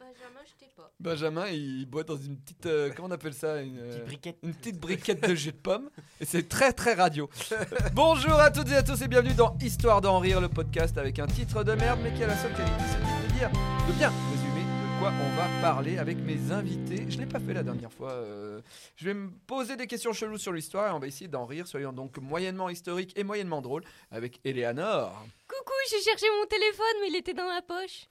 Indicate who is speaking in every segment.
Speaker 1: Benjamin, je t'ai pas.
Speaker 2: Benjamin, il boit dans une petite. euh, comment on appelle ça une, euh,
Speaker 3: briquette.
Speaker 2: une petite briquette de jus de pomme. Et c'est très très radio. Bonjour à toutes et à tous et bienvenue dans Histoire d'en rire, le podcast avec un titre de merde, mais qui a la seule qualité, c'est de dire, de bien résumer de quoi on va parler avec mes invités. Je l'ai pas fait la dernière fois. euh, je vais me poser des questions cheloues sur l'histoire et on va essayer d'en rire, soyons donc moyennement historique et moyennement drôle avec Eleanor.
Speaker 1: Coucou, j'ai cherché mon téléphone, mais il était dans ma poche.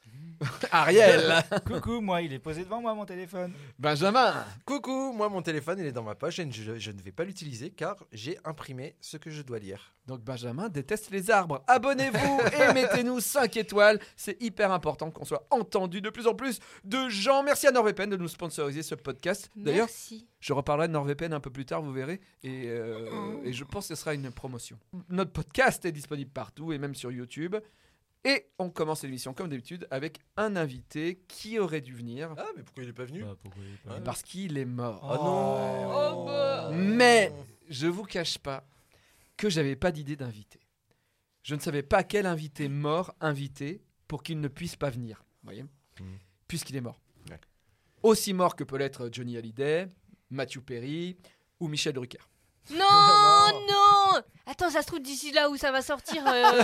Speaker 2: Ariel,
Speaker 3: Coucou, moi, il est posé devant moi, mon téléphone.
Speaker 2: Benjamin,
Speaker 4: Coucou, moi mon téléphone il est dans ma poche et je, je ne vais pas l'utiliser car j'ai imprimé ce que je dois lire.
Speaker 2: Donc Benjamin déteste les arbres. Abonnez-vous et mettez-nous 5 étoiles. C'est hyper important qu'on soit entendu de plus en plus de gens. Merci à NordVPN de nous sponsoriser ce podcast. D'ailleurs,
Speaker 1: Merci.
Speaker 2: je reparlerai de NordVPN un peu plus tard, vous verrez. Et, euh, et je pense que ce sera une promotion. Notre podcast est disponible partout et même sur YouTube. Et on commence l'émission comme d'habitude avec un invité qui aurait dû venir
Speaker 4: Ah mais pourquoi il est pas venu
Speaker 3: Bah,
Speaker 4: pas
Speaker 2: parce qu'il est mort.
Speaker 4: Oh non
Speaker 1: Oh, bah.
Speaker 2: Mais je vous cache pas que j'avais pas d'idée d'invité. Je ne savais pas quel invité mort inviter pour qu'il ne puisse pas venir, voyez Puisqu'il est mort.
Speaker 4: Hmm. Ouais.
Speaker 2: Aussi mort que peut l'être Johnny Hallyday, Matthew Perry ou Michel Drucker.
Speaker 1: Non, non Attends, ça se trouve d'ici là où ça va sortir. euh,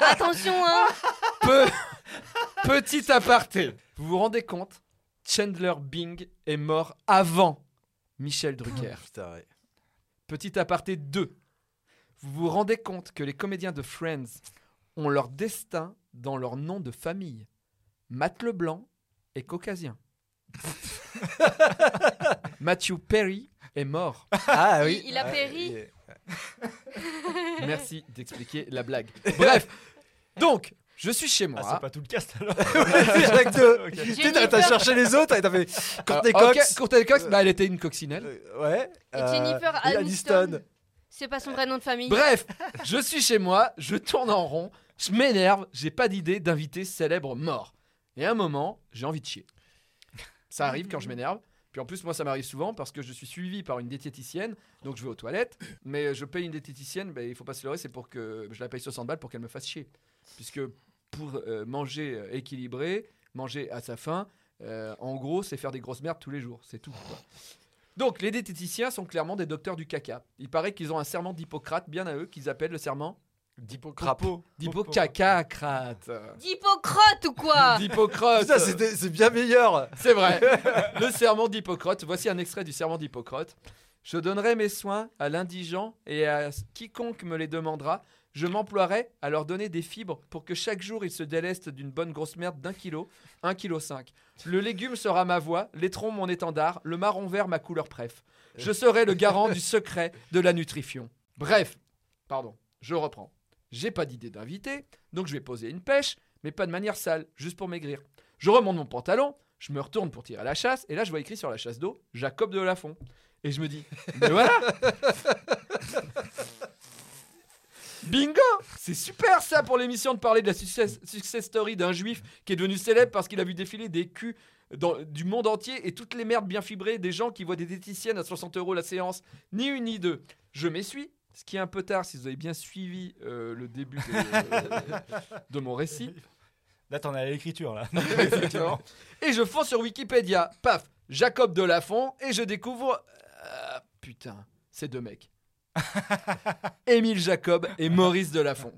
Speaker 1: Attention, hein
Speaker 2: Peu- Petit aparté. Vous vous rendez compte Chandler Bing est mort avant Michel Drucker.
Speaker 4: Putain, ouais.
Speaker 2: Petit aparté 2. Vous vous rendez compte que les comédiens de Friends ont leur destin dans leur nom de famille. Matt Leblanc est caucasien. Matthew Perry est mort.
Speaker 4: Ah
Speaker 1: Il- il a péri.
Speaker 4: il est-
Speaker 2: Merci d'expliquer la blague. Bref, donc, je suis chez moi.
Speaker 3: Ah, c'est pas tout le cast alors.
Speaker 4: Jacques deux.
Speaker 3: Ok.
Speaker 4: Tu sais,
Speaker 1: Jennifer-
Speaker 4: t'as t'as cherché les autres et t'as fait Courtney
Speaker 2: Alors, Ah, ok,
Speaker 4: Cox.
Speaker 2: Courtney Cox, bah, elle était une coccinelle.
Speaker 4: Ah, Euh, Ouais.
Speaker 1: Et
Speaker 4: euh,
Speaker 1: Jennifer
Speaker 4: et
Speaker 1: Aniston. C'est pas son vrai nom de famille.
Speaker 2: Bref, je suis chez moi, je tourne en rond, je m'énerve, j'ai pas d'idée d'inviter célèbre mort. Et à un moment, j'ai envie de chier. Ça arrive quand je m'énerve. Puis en plus, moi, ça m'arrive souvent parce que je suis suivi par une diététicienne, donc je vais aux toilettes. Mais euh, je paye une diététicienne, ben, il faut pas se leurrer, c'est pour que je la paye 60 balles pour qu'elle me fasse chier. Puisque pour euh, manger euh, équilibré, manger à sa faim, euh, en gros, c'est faire des grosses merdes tous les jours, c'est tout. quoi. Donc, les diététiciens sont clairement des docteurs du caca. Il paraît qu'ils ont un serment d'Hippocrate bien à eux qu'ils appellent le serment
Speaker 4: D'Hippocrate.
Speaker 2: d'Hippocacacrate.
Speaker 1: D'Hippocrate ou quoi
Speaker 2: D'Hippocrate.
Speaker 4: Putain, c'était- c'est bien meilleur.
Speaker 2: C'est vrai. Le serment d'Hippocrate. Voici un extrait du serment d'Hippocrate. Je donnerai mes soins à l'indigent et à quiconque me les demandera. Je m'emploierai à leur donner des fibres pour que chaque jour ils se délestent d'une bonne grosse merde d'un kilo, un kilo cinq. Le légume sera ma voix, l'étron mon étendard, le marron vert ma couleur préf. Je serai le garant du secret de la nutrition. Bref, pardon, je reprends. J'ai pas d'idée d'invité, donc je vais poser une pêche, mais pas de manière sale, juste pour maigrir. Je remonte mon pantalon, je me retourne pour tirer à la chasse, et là je vois écrit sur la chasse d'eau Jacob de Lafont. Et je me dis, mais voilà Bingo C'est super ça pour l'émission de parler de la success, success story d'un juif qui est devenu célèbre parce qu'il a vu défiler des culs dans- du monde entier et toutes les merdes bien fibrées des gens qui voient des diététiciennes à 60 euros la séance. Ni une ni deux. Je m'essuie, ce qui est un peu tard si vous avez bien suivi euh, le début de- de mon récit.
Speaker 3: Là, t'en as à l'écriture, là.
Speaker 2: Exactement. Et je fonce sur Wikipédia. Paf, Jacob Delafont. Et je découvre. euh, putain, ces deux mecs. Émile Jacob et Maurice Delafont.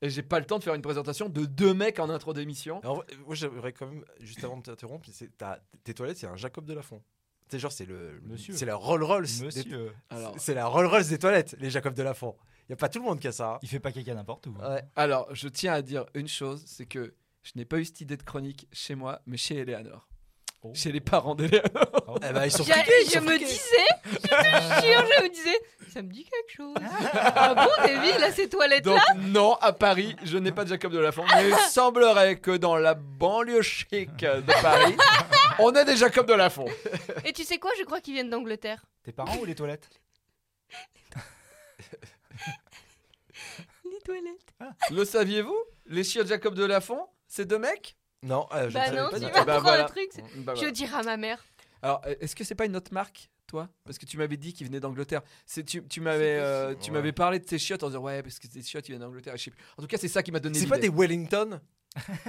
Speaker 2: Et j'ai pas le temps de faire une présentation de deux mecs en intro d'émission.
Speaker 4: En vrai, moi j'aimerais quand même, juste avant de t'interrompre, c'est- t'as- tes toilettes c'est un Jacob Delafont. C'est genre c'est le,
Speaker 3: Monsieur.
Speaker 4: c'est la Rolls Royce. des-
Speaker 3: Monsieur, euh,
Speaker 2: Alors,
Speaker 4: C'est la Rolls Royce des toilettes, les Jacob Delafont. Il y a pas tout le monde qui a ça. hein.
Speaker 3: il fait pas caca n'importe où.
Speaker 4: Ouais.
Speaker 2: alors, je tiens à dire une chose c'est que je n'ai pas eu cette idée de chronique chez moi, mais chez Eleanor. chez les parents d'élèves.
Speaker 4: Eh ben, ils sont
Speaker 1: J'ai-
Speaker 4: fliqués, ils
Speaker 1: je
Speaker 4: sont
Speaker 1: me
Speaker 4: fliqués.
Speaker 1: disais, je te jure, je me disais, ça me dit quelque chose. ah bon, David, là, ces toilettes-là
Speaker 2: Donc non, à Paris, je n'ai pas de Jacob de la Flandre, mais il semblerait que dans la banlieue chic de Paris, on a des Jacob de la Flandre.
Speaker 1: Et tu sais quoi Je crois qu'ils viennent d'Angleterre.
Speaker 3: Tes parents ou les toilettes
Speaker 1: Les toilettes.
Speaker 2: Le saviez-vous Les chiens de Jacob de la Flandre, c'est deux mecs
Speaker 4: Non, euh, je
Speaker 1: Bah
Speaker 4: ne
Speaker 1: non,
Speaker 4: savais
Speaker 1: tu vas
Speaker 4: pas. non.
Speaker 2: Bah
Speaker 1: prendre
Speaker 2: voilà.
Speaker 1: un truc. c'est-
Speaker 2: Bah,
Speaker 1: Je
Speaker 2: voilà.
Speaker 1: dirai à ma mère.
Speaker 2: Alors, euh, est-ce que c'est pas une autre marque, toi Parce que tu m'avais dit qu'ils venaient d'Angleterre. C'est tu, tu m'avais euh, tu
Speaker 4: Ouais.
Speaker 2: m'avais parlé de ces chiottes en disant ouais parce que ces chiottes ils viennent d'Angleterre. Je sais plus. En tout cas, c'est ça qui m'a donné.
Speaker 4: C'est pas des
Speaker 2: l'idée.
Speaker 4: Wellington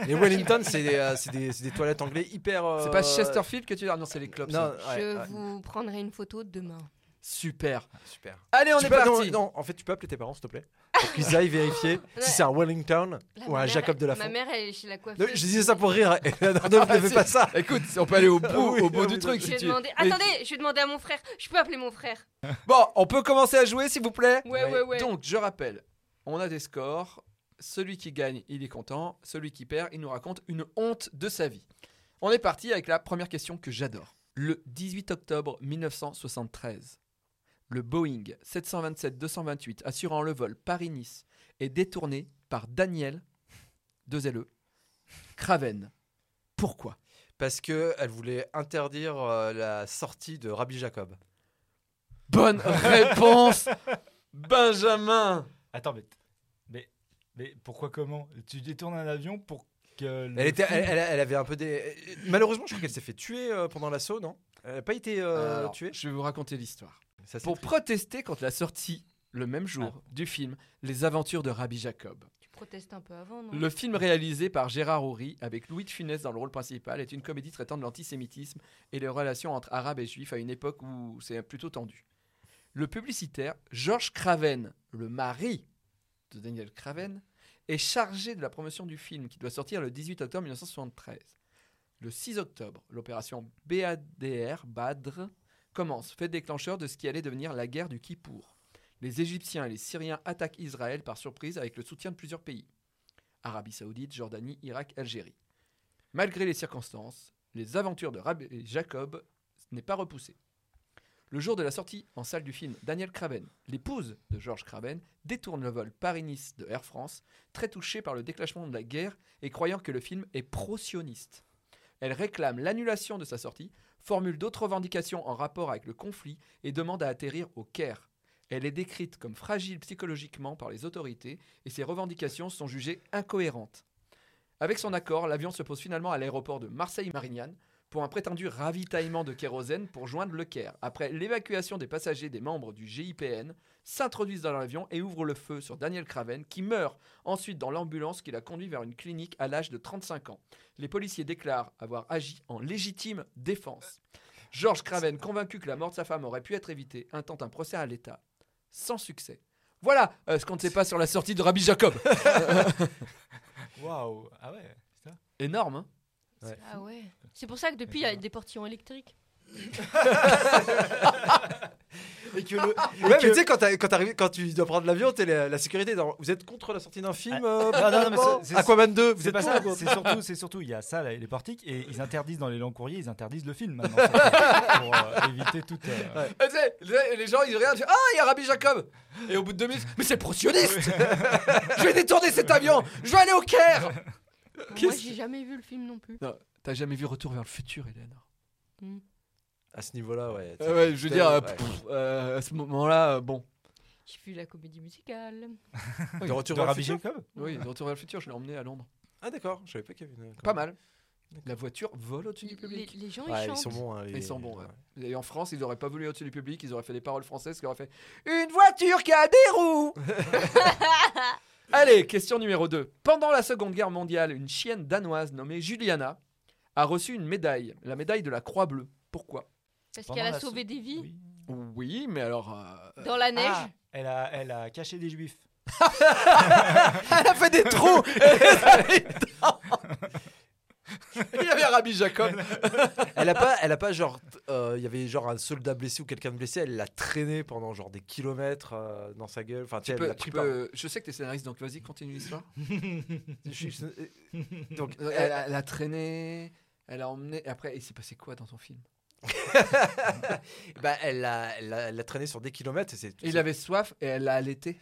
Speaker 4: Les Wellington, c'est des, euh, c'est des, c'est des toilettes anglais hyper. euh,
Speaker 2: C'est pas Chesterfield que tu as Non, c'est les clubs.
Speaker 4: Non,
Speaker 2: ça.
Speaker 4: ouais,
Speaker 1: je
Speaker 4: ouais.
Speaker 1: vous prendrai une photo demain.
Speaker 2: Super.
Speaker 4: Super.
Speaker 2: Allez, on
Speaker 4: Tu
Speaker 2: est
Speaker 4: peux-
Speaker 2: parti.
Speaker 4: Non, non, en fait, tu peux appeler tes parents, s'il te plaît, pour qu'ils aillent vérifier si c'est un Wellington
Speaker 1: Là,
Speaker 4: ou
Speaker 1: ma
Speaker 4: un
Speaker 1: mère,
Speaker 4: Jacob de la
Speaker 1: Ma
Speaker 4: Fond.
Speaker 1: mère, elle est chez la
Speaker 4: Non,
Speaker 1: coiffeuse.
Speaker 4: Je disais ça pour rire. et Adam ne fait pas ça.
Speaker 2: Écoute, on peut aller au bout,
Speaker 4: Ah oui,
Speaker 2: au bout
Speaker 4: ah
Speaker 2: du
Speaker 4: oui,
Speaker 2: truc
Speaker 1: Je
Speaker 2: si
Speaker 1: vais
Speaker 2: tu.
Speaker 1: demander.
Speaker 2: Mais-
Speaker 1: Attendez, je vais demander à mon frère. Je peux appeler mon frère.
Speaker 2: Bon, on peut commencer à jouer s'il vous plaît
Speaker 1: Ouais, ouais, ouais.
Speaker 2: Donc, je rappelle, on a des scores. Celui qui gagne, il est content. Celui qui perd, il nous raconte une honte de sa vie. On est parti avec la première question que j'adore. Le 18 octobre 1973, le Boeing 727-228 assurant le vol Paris-Nice est détourné par Daniel, 2 LE, Craven. Pourquoi
Speaker 4: Parce qu'elle voulait interdire euh, la sortie de Rabbi Jacob.
Speaker 2: Bonne réponse, Benjamin
Speaker 3: Attends, mais, mais, mais pourquoi comment Tu détournes un avion pour que. le
Speaker 4: Elle, était,
Speaker 3: film-
Speaker 4: elle, elle- elle avait un peu des. Malheureusement, je crois qu'elle s'est fait tuer euh, pendant l'assaut, non Elle n'a pas été euh,
Speaker 2: Alors,
Speaker 4: tuée
Speaker 2: Je vais vous raconter l'histoire.
Speaker 4: Ça, c'est
Speaker 2: Pour
Speaker 4: triste.
Speaker 2: protester contre la sortie, le même jour, du film Les Aventures de Rabbi Jacob.
Speaker 1: Tu protestes un peu avant, non
Speaker 2: Le film réalisé par Gérard Horry, avec Louis de Funès dans le rôle principal, est une comédie traitant de l'antisémitisme et les relations entre Arabes et Juifs à une époque où c'est plutôt tendu. Le publicitaire Georges Craven, le mari de Daniel Craven, est chargé de la promotion du film qui doit sortir le 18 octobre 1973. Le 6 octobre, l'opération BADR, Badr, commence, fait déclencheur de ce qui allait devenir la guerre du Kippour. Les Égyptiens et les Syriens attaquent Israël par surprise avec le soutien de plusieurs pays. Arabie Saoudite, Jordanie, Irak, Algérie. Malgré les circonstances, les aventures de Rabbi Jacob n'est pas repoussée. Le jour de la sortie en salle du film, Daniel Craven, l'épouse de Georges Craven, détourne le vol Paris-Nice de Air France, très touchée par le déclenchement de la guerre et croyant que le film est pro-sioniste. Elle réclame l'annulation de sa sortie, formule d'autres revendications en rapport avec le conflit et demande à atterrir au Caire. Elle est décrite comme fragile psychologiquement par les autorités et ses revendications sont jugées incohérentes. Avec son accord, l'avion se pose finalement à l'aéroport de Marseille-Marignane pour un prétendu ravitaillement de kérosène pour joindre le Caire. Après l'évacuation des passagers des membres du GIPN, s'introduisent dans l'avion et ouvrent le feu sur Daniel Craven qui meurt ensuite dans l'ambulance qui l'a conduit vers une clinique à l'âge de 35 ans. Les policiers déclarent avoir agi en légitime défense. Georges Craven, convaincu que la mort de sa femme aurait pu être évitée, intente un procès à l'État. Sans succès. Voilà euh, ce qu'on ne sait pas sur la sortie de Rabbi Jacob.
Speaker 3: Waouh Ah ouais, c'est ça
Speaker 2: Énorme, hein
Speaker 1: Ah ouais. C'est pour ça que depuis, il y a des portillons électriques.
Speaker 4: Ah, Ouais, mais tu sais, quand, t'as- quand, t'arrives- quand tu dois prendre l'avion, t'es la, la sécurité. dans- Vous êtes contre la sortie d'un film euh,
Speaker 3: Non, non, non, mais
Speaker 4: bon
Speaker 3: c'est- c'est-
Speaker 4: Aquaman 2, vous
Speaker 3: C'est
Speaker 4: êtes
Speaker 3: pas
Speaker 4: pour
Speaker 3: ça,
Speaker 4: ou contre
Speaker 3: c'est surtout, c'est surtout, il y a ça, là, les portiques, et ils interdisent dans les longs courriers, ils interdisent le film maintenant, pour euh, éviter toute... euh,
Speaker 2: Euh, tu sais, tu sais, Les gens, ils regardent, ils font, ah, il y a Rabbi Jacob Et au bout de deux minutes, mais c'est pro-sioniste Je vais détourner cet avion Je vais aller au Caire
Speaker 1: Moi,
Speaker 2: Qu'est-ce-
Speaker 1: j'ai jamais vu le film non plus.
Speaker 2: T'as jamais vu Retour vers le futur, Eleanor
Speaker 4: À ce niveau-là, ouais.
Speaker 2: Ouais, je veux dire, euh,
Speaker 4: Ouais.
Speaker 2: pff, euh, à ce moment-là, euh, bon.
Speaker 1: J'ai vu la comédie musicale.
Speaker 4: De retour
Speaker 3: de
Speaker 4: vers le
Speaker 3: Rabbi
Speaker 4: futur
Speaker 3: Jacob
Speaker 2: Oui, Retour vers le futur, je l'ai emmené à Londres.
Speaker 4: Ah, d'accord, je savais pas qu'il y avait une.
Speaker 2: Pas mal. La voiture vole au-dessus du
Speaker 1: Les,
Speaker 2: public.
Speaker 1: les gens,
Speaker 4: Ouais,
Speaker 1: ils
Speaker 4: ils
Speaker 1: chantent.
Speaker 4: sont bons. hein, les-
Speaker 2: Ils sont bons, ouais. Et en France, ils auraient pas voulu au-dessus du public, ils auraient fait des paroles françaises qui auraient fait Une voiture qui a des roues Allez, question numéro 2. Pendant la Seconde Guerre mondiale, une chienne danoise nommée Juliana a reçu une médaille, la médaille de la Croix-Bleue. Pourquoi
Speaker 1: Parce
Speaker 3: Pendant
Speaker 1: qu'elle a
Speaker 3: la
Speaker 1: sauvé
Speaker 3: sau-
Speaker 1: des vies
Speaker 3: Oui.
Speaker 2: Oui, mais alors. euh,
Speaker 1: dans la neige.
Speaker 3: Ah, elle, a, elle a caché des juifs.
Speaker 2: Elle a fait des trous et elle a mis dedans. Il y avait Rabbi Jacob.
Speaker 4: Elle a pas, elle a pas genre, t- euh, il y avait genre un soldat blessé ou quelqu'un de blessé, elle l'a traîné pendant genre des kilomètres euh, dans sa gueule. Enfin, tu
Speaker 2: Tu
Speaker 4: sais, elle
Speaker 2: peux-
Speaker 4: l'a
Speaker 2: tu
Speaker 4: pris par-
Speaker 2: peux- je sais que tu es scénariste, donc vas-y, continue l'histoire.
Speaker 4: Je suis- euh, Donc,
Speaker 2: Euh, Elle, elle a traîné. Elle a emmené. et Après, il s'est passé quoi dans ton film
Speaker 4: Bah, elle l'a elle l'a- elle l'a traîné sur des kilomètres. et c'est-
Speaker 2: Il
Speaker 4: c'est-
Speaker 2: avait soif et elle l'a allaité.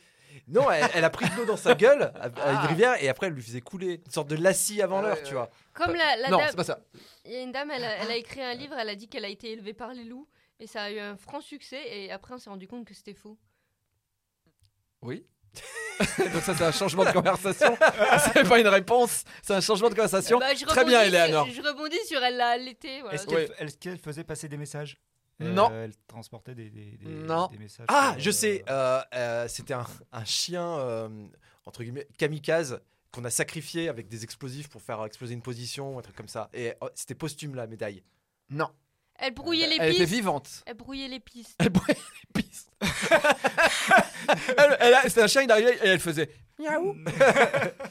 Speaker 4: Non, elle, elle a pris de l'eau dans sa gueule à, à
Speaker 2: Ah.
Speaker 4: une rivière et après elle lui faisait couler une sorte de lassie avant
Speaker 2: Ah ouais,
Speaker 4: l'heure,
Speaker 2: ouais.
Speaker 4: tu vois.
Speaker 1: Comme la, la
Speaker 2: non,
Speaker 1: dame,
Speaker 2: c'est pas ça.
Speaker 1: il y a une dame, elle a, elle a écrit un livre, elle a dit qu'elle a été élevée par les loups, et ça a eu un franc succès, et après on s'est rendu compte que c'était faux.
Speaker 2: Oui. Donc ça, c'est un changement de conversation. Ah, c'est pas une réponse, c'est un changement de conversation.
Speaker 1: Bah, je
Speaker 2: Très bien,
Speaker 1: rebondis sur-
Speaker 2: Eleanor.
Speaker 1: Je rebondis sur elle l'a allaité. voilà.
Speaker 3: Est-ce qu'elle,
Speaker 2: Ouais.
Speaker 3: est-ce qu'elle faisait passer des messages Euh,
Speaker 2: Non.
Speaker 3: Elle transportait des, des- des-
Speaker 2: Non.
Speaker 3: des messages.
Speaker 4: Ah,
Speaker 3: euh,
Speaker 4: je sais, euh, euh, c'était un, un chien, euh, entre guillemets, kamikaze, qu'on a sacrifié avec des explosifs pour faire exploser une position, ou un truc comme ça. Et euh, c'était posthume la médaille.
Speaker 2: Non.
Speaker 1: Elle brouillait les
Speaker 2: Elle était Eh
Speaker 1: pistes.
Speaker 2: vivante.
Speaker 1: Elle brouillait les pistes.
Speaker 2: Elle bouillait les pistes. Elle- elle a- c'était un chien, il arrivait et elle faisait Miaou.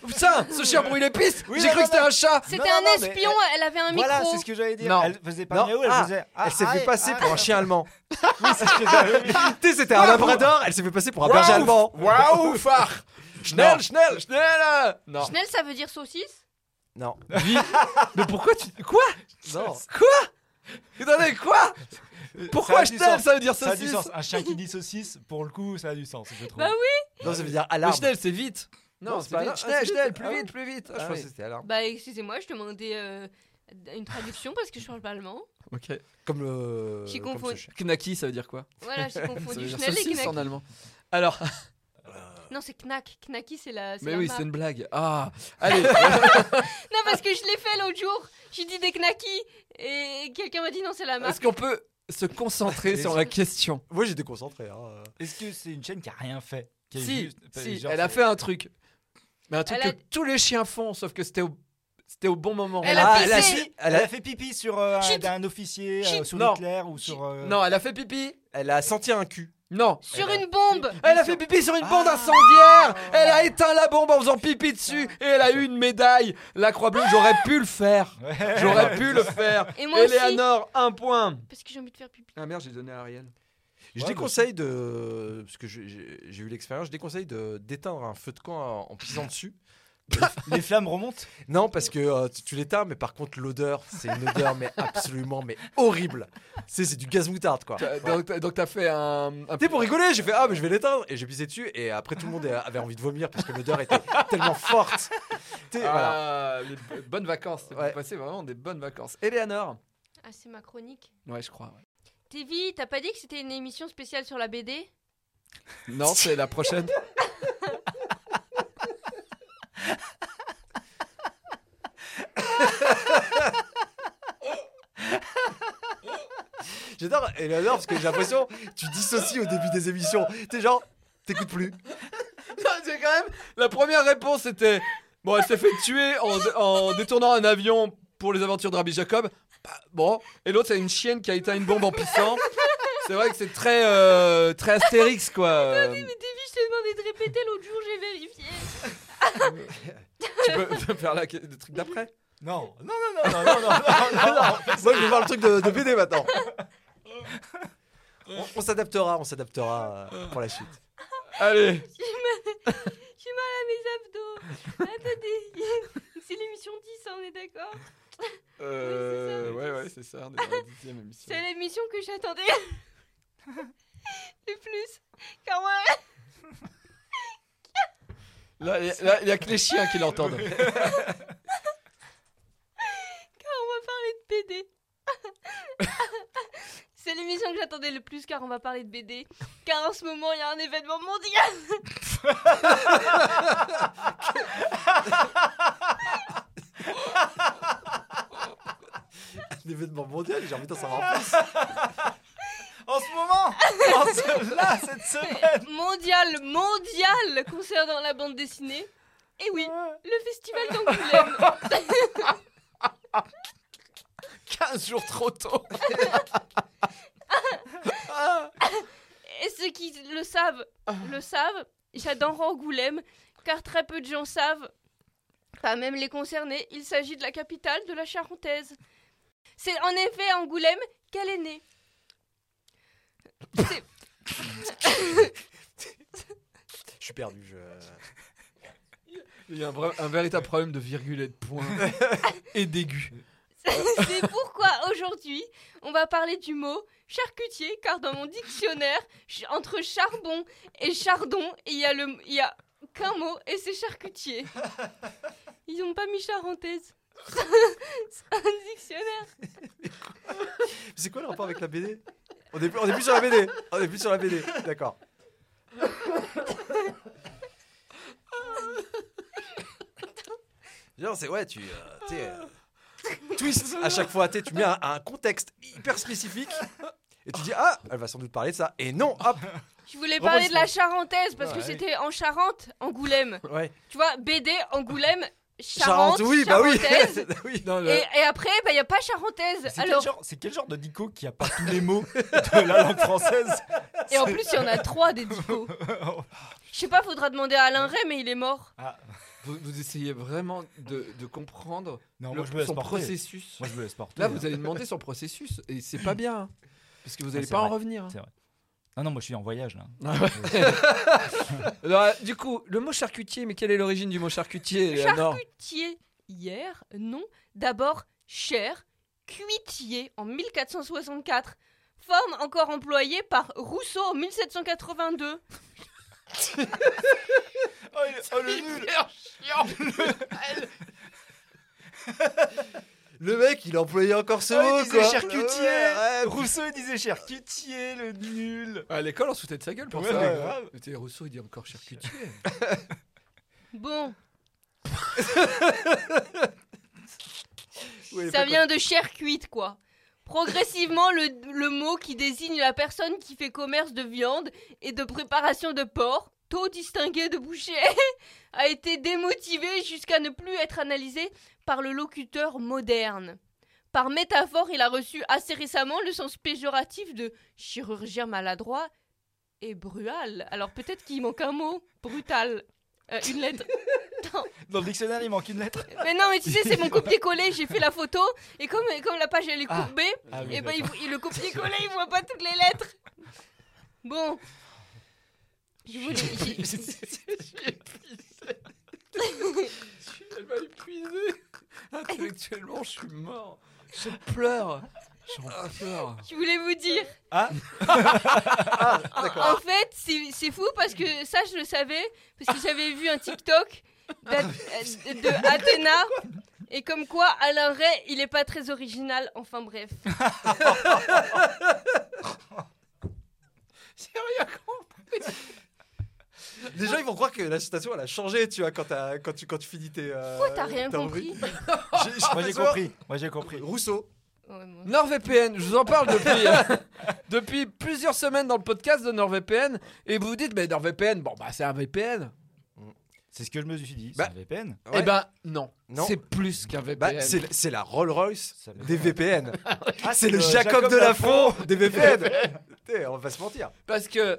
Speaker 2: Putain, Ah, ce chien brouille les pistes.
Speaker 4: Oui,
Speaker 2: J'ai
Speaker 4: non,
Speaker 2: cru que c'était
Speaker 4: non.
Speaker 2: un chat.
Speaker 1: C'était
Speaker 4: Non,
Speaker 1: un
Speaker 4: non, mais
Speaker 1: espion, elle avait un
Speaker 3: Voilà,
Speaker 1: micro.
Speaker 3: c'est ce que j'allais dire.
Speaker 2: Non.
Speaker 3: Elle faisait pas
Speaker 4: Non.
Speaker 3: miaou, elle
Speaker 4: Ah,
Speaker 3: faisait.
Speaker 4: elle s'est fait passer pour un chien allemand.
Speaker 3: Oui, c'est ce que j'allais dire.
Speaker 4: Tu sais, c'était un labrador, elle s'est fait passer pour un berger
Speaker 2: Waouh,
Speaker 4: allemand.
Speaker 2: Waouh, phare.
Speaker 4: Non.
Speaker 2: Schnell, schnell, schnell. Non.
Speaker 1: Schnell, ça veut dire saucisse
Speaker 4: Non,
Speaker 2: Vi- Mais pourquoi tu. Quoi
Speaker 4: non.
Speaker 2: Attendez, quoi
Speaker 3: Ça
Speaker 2: Pourquoi
Speaker 3: a du
Speaker 2: Schnell
Speaker 3: sens.
Speaker 2: ça veut dire
Speaker 3: Ça a du
Speaker 2: saucisse
Speaker 3: sens. Un chien qui dit saucisse, pour le coup, ça a du sens, je trouve.
Speaker 1: Bah
Speaker 4: Non, ça veut dire
Speaker 2: Le
Speaker 4: alarme.
Speaker 2: Schnell, c'est vite. Non, c'est pas
Speaker 4: vite.
Speaker 2: vite.
Speaker 4: Ah,
Speaker 2: Schnell,
Speaker 4: c'est
Speaker 2: Schnell,
Speaker 4: vite.
Speaker 2: plus
Speaker 4: Ah oui.
Speaker 2: vite, plus vite. Ah,
Speaker 4: Ah
Speaker 2: je
Speaker 4: oui.
Speaker 2: pensais que c'était alarme.
Speaker 1: Bah, excusez-moi, je demandais euh, une traduction parce que je parle hein. pas allemand.
Speaker 2: Ok.
Speaker 4: Comme le.
Speaker 1: J'y
Speaker 4: comme ce
Speaker 1: confonds.
Speaker 4: chien.
Speaker 2: Knacki, ça veut dire quoi
Speaker 1: Voilà, j'ai
Speaker 2: Ça veut
Speaker 1: confondu
Speaker 2: dire
Speaker 1: Schnell et
Speaker 2: saucisse
Speaker 1: Knack.
Speaker 2: en allemand. Alors,
Speaker 1: Non, c'est Knack. Knacki, c'est la. c'est
Speaker 2: mais
Speaker 1: la
Speaker 2: oui,
Speaker 1: marque.
Speaker 2: c'est une Ah. blague. Ah, allez.
Speaker 1: Non, parce que je l'ai fait l'autre jour. J'ai dit des Knacki et quelqu'un m'a dit non, c'est la marque.
Speaker 2: Est-ce qu'on peut se concentrer sur la question
Speaker 4: Moi j'étais concentré. hein.
Speaker 3: Est-ce que c'est une chaîne qui a rien fait qui est
Speaker 2: Si,
Speaker 3: juste- euh,
Speaker 2: si,
Speaker 3: genre,
Speaker 2: elle a
Speaker 3: c'est-
Speaker 2: fait un truc. Mais un truc
Speaker 1: Elle a-
Speaker 2: que tous les chiens font, sauf que c'était au, c'était au bon moment.
Speaker 1: Elle a
Speaker 4: Ah, elle a-
Speaker 1: pissé.
Speaker 4: si,
Speaker 3: Elle
Speaker 4: elle
Speaker 3: a
Speaker 4: a-
Speaker 3: fait pipi sur euh, un,
Speaker 1: Chut.
Speaker 3: d'un officier,
Speaker 2: Chut.
Speaker 3: euh, sur
Speaker 2: Non.
Speaker 3: Hitler ou sur. euh,
Speaker 2: Non, elle a fait pipi
Speaker 4: elle a senti un cul.
Speaker 2: Non.
Speaker 1: Sur
Speaker 3: Elle a-
Speaker 1: une bombe
Speaker 2: Elle a fait pipi sur une bande
Speaker 3: Ah.
Speaker 2: incendiaire Elle a éteint la bombe en faisant pipi dessus Et elle a eu une médaille La Croix-Bleue, j'aurais pu le faire
Speaker 3: Ouais.
Speaker 2: J'aurais pu le faire
Speaker 1: Et moi aussi
Speaker 2: Eleanor, un point
Speaker 1: Parce que j'ai envie de faire pipi.
Speaker 2: Ah merde, j'ai donné à Ariel.
Speaker 4: Je
Speaker 3: Ouais,
Speaker 4: déconseille de. Parce que j'ai- j'ai j'ai eu l'expérience, je déconseille de- d'éteindre un feu de camp en, en pissant dessus.
Speaker 3: Les flammes remontent.
Speaker 4: Non, parce que euh, tu, tu l'éteins, mais par contre, l'odeur, c'est une odeur, mais absolument, mais horrible. C'est c'est du gaz moutarde, quoi.
Speaker 2: Donc, t'as- donc t'as fait un... un-
Speaker 4: T'es pour rigoler, j'ai fait ah mais je vais l'éteindre et j'ai pissé dessus et après tout le monde avait envie de vomir parce que l'odeur était tellement forte. T'es- voilà.
Speaker 2: Ah, les b- bonnes vacances. Vous
Speaker 4: Ouais.
Speaker 2: passez vraiment des bonnes vacances. Eleanor
Speaker 1: Ah, c'est ma chronique.
Speaker 2: Ouais, je crois. ouais.
Speaker 1: Tévi, t'as pas dit que c'était une émission spéciale sur la BD
Speaker 2: Non, c'est la prochaine.
Speaker 4: J'adore Eleanor parce que j'ai l'impression tu dissocies au début des émissions. T'es genre t'écoutes plus.
Speaker 2: Non, c'est quand même... La première réponse était... Bon, elle s'est fait tuer en, en détournant un avion pour les aventures de Rabbi Jacob. Bah, bon. Et l'autre, c'est une chienne qui a éteint une bombe en pissant. C'est vrai que c'est très... euh, très astérix, quoi. Euh,
Speaker 1: Ah Mais Tévi, je t'ai demandé de répéter l'autre jour, j'ai vérifié.
Speaker 2: tu peux faire la- le truc d'après
Speaker 3: Non, non, non, non, non, non, non, non, non.
Speaker 4: Moi je vais voir le truc de, de BD maintenant. On, on s'adaptera, on s'adaptera euh, pour la suite.
Speaker 2: Allez
Speaker 1: J'ai mal à mes abdos. Attendez, c'est l'émission 10, hein, on est d'accord
Speaker 2: Euh,
Speaker 1: Oui, c'est
Speaker 2: ouais,
Speaker 1: ça.
Speaker 2: ouais, c'est ça, on est dans la dixième émission.
Speaker 1: C'est l'émission que j'attendais le plus. Car moi,
Speaker 2: Là, il y a- là, il y a que les chiens qui l'entendent.
Speaker 1: car on va parler de BD. C'est l'émission que j'attendais le plus car on va parler de BD. Car en ce moment, il y a un événement mondial.
Speaker 4: L'événement mondial, j'ai envie d'en savoir plus.
Speaker 3: En ce moment, en ce- là, cette semaine.
Speaker 1: Mondial, mondial, concert dans la bande dessinée. Et oui, le festival d'Angoulême.
Speaker 2: 15 jours trop tôt.
Speaker 1: Et ceux qui le savent, le savent, j'adore Angoulême, car très peu de gens savent, pas même les concernés, il s'agit de la capitale de la Charentaise. C'est en effet à Angoulême qu'elle est née. C'est-
Speaker 4: Je suis perdu. Je...
Speaker 2: Il y a un, vrai- un véritable problème de virgule et de points et d'aigu.
Speaker 1: C'est pourquoi aujourd'hui, on va parler du mot charcutier, car dans mon dictionnaire, ch- entre charbon et chardon, il y a le, il y a qu'un mot et c'est charcutier. Ils n'ont pas mis charentaise. c'est un dictionnaire.
Speaker 4: C'est quoi le rapport avec la BD on est, plus- on est plus sur la BD. On est plus sur la BD. D'accord. Genre, c'est ouais, tu. euh, tu sais, euh, twist à chaque fois. Tu sais, tu mets un, un contexte hyper spécifique et tu dis Ah, elle va sans doute parler de ça. Et non, hop
Speaker 1: Je voulais
Speaker 4: Oh,
Speaker 1: parler de la charentaise parce que
Speaker 2: Ouais.
Speaker 1: c'était en Charente, Angoulême.
Speaker 4: Ouais.
Speaker 1: Tu vois, BD, Angoulême, Charente,
Speaker 4: Charente, oui, bah oui.
Speaker 1: charentaise.
Speaker 4: oui.
Speaker 2: Non, le-
Speaker 1: Et, et après, bah, il n'y a pas charentaise.
Speaker 3: C'est quel,
Speaker 1: Alors,
Speaker 3: genre, c'est quel genre de dico qui a pas tous les mots de la langue française
Speaker 1: et en plus, il y en a trois des dico. Je sais pas, faudra demander à Alain Ray, mais il est mort.
Speaker 3: Ah,
Speaker 2: vous, vous essayez vraiment de, de comprendre
Speaker 3: Non,
Speaker 2: le-
Speaker 3: moi je me laisse
Speaker 2: son
Speaker 3: porter.
Speaker 2: processus.
Speaker 3: Moi je me laisse porter.
Speaker 2: Là, vous avez demandé son processus et c'est pas bien. hein. Parce que vous
Speaker 3: Ah,
Speaker 2: n'allez
Speaker 3: c'est
Speaker 2: pas en
Speaker 3: vrai.
Speaker 2: revenir. hein.
Speaker 3: C'est- Non, non, moi je suis en voyage là.
Speaker 2: Alors, euh, Ah du coup, le mot charcutier, mais quelle est l'origine du mot charcutier euh, Nord
Speaker 1: Charcutier hier, non. D'abord, cher. Cuitier en 1464. Forme encore employée par Rousseau en 1782.
Speaker 3: Oh, le nul
Speaker 4: Le mec, il employait encore ce mot, quoi. Ouais, ouais,
Speaker 3: Rousseau disait charcutier, le nul
Speaker 2: À l'école, on se foutait de sa gueule pour
Speaker 3: Ouais,
Speaker 2: ça.
Speaker 3: mais
Speaker 2: euh,
Speaker 3: grave.
Speaker 2: mais t'es Rousseau, il dit encore charcutier.
Speaker 1: Bon,
Speaker 4: ouais,
Speaker 1: ça
Speaker 4: pas
Speaker 1: vient de chair cuite, quoi. Progressivement, le, le mot qui désigne la personne qui fait commerce de viande et de préparation de porc, tôt distingué de boucher, a été démotivé jusqu'à ne plus être analysé par le locuteur moderne. Par métaphore, il a reçu assez récemment le sens péjoratif de chirurgien maladroit et brutal. Alors peut-être qu'il manque un mot, brutal. Euh, une lettre. Non.
Speaker 3: Dans le dictionnaire, il manque une lettre.
Speaker 1: Mais non, mais tu sais, c'est mon copier-coller. J'ai fait la photo et comme, comme la page elle est courbée,
Speaker 3: Ah oui,
Speaker 1: et ben, il, il- le copier-coller il voit pas toutes les lettres. Bon. Je voulais. j'ai-
Speaker 2: Elle m'a épuisé. Intellectuellement, je suis mort. Je pleure. J'en pleure.
Speaker 1: Je voulais vous dire.
Speaker 3: Ah.
Speaker 1: En- En fait, c'est c'est fou parce que ça, je le savais parce que j'avais vu un TikTok d'A- euh, de Athéna et comme quoi Alain Ray, il est pas très original. Enfin bref.
Speaker 2: J'ai rien compris.
Speaker 4: Les gens, ils vont croire que la citation, elle a changé, tu vois, quand, t'as- quand, tu, quand tu finis tes. euh,
Speaker 1: Pourquoi t'as rien
Speaker 4: ta
Speaker 1: compris
Speaker 4: rubrique. J'ai- j'ai
Speaker 3: Moi j'ai
Speaker 4: raison.
Speaker 3: compris. Moi j'ai compris.
Speaker 4: Rousseau.
Speaker 1: Ouais, moi.
Speaker 2: NordVPN, je vous en parle depuis, euh, depuis plusieurs semaines dans le podcast de NordVPN. Et vous vous dites, mais NordVPN, bon, bah c'est un VPN.
Speaker 3: C'est ce que je me suis dit.
Speaker 4: Bah.
Speaker 3: C'est un VPN.
Speaker 4: Ouais.
Speaker 2: Eh ben non,
Speaker 4: Non.
Speaker 2: c'est plus qu'un VPN.
Speaker 4: Bah, c'est c'est la Rolls Royce
Speaker 3: Ça me-
Speaker 4: des VPN.
Speaker 3: Ah,
Speaker 4: C'est le Jacob, de Delafont des VPN. T'sais, on va se mentir.
Speaker 2: Parce que,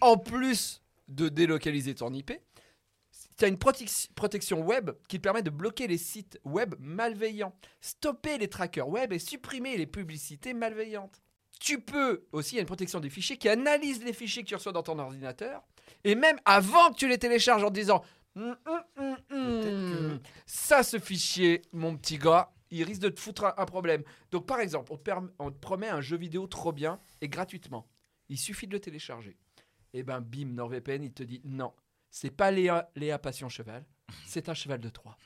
Speaker 2: en plus de délocaliser ton IP, tu as une protec- protection web qui te permet de bloquer les sites web malveillants, stopper les trackers web et supprimer les publicités malveillantes. Tu peux aussi, il y a une protection des fichiers qui analyse les fichiers que tu reçois dans ton ordinateur et même avant que tu les télécharges en te disant Hum, hum, hum, hum.
Speaker 3: Peut-être que-
Speaker 2: Ça, ce fichier, mon petit gars, il risque de te foutre un, un problème. Donc, par exemple, on te, perm- on te promet un jeu vidéo trop bien et gratuitement. Il suffit de le télécharger. Et ben, bim, NordVPN, il te dit non, c'est pas Léa, Léa Passion Cheval, c'est un cheval de Troie.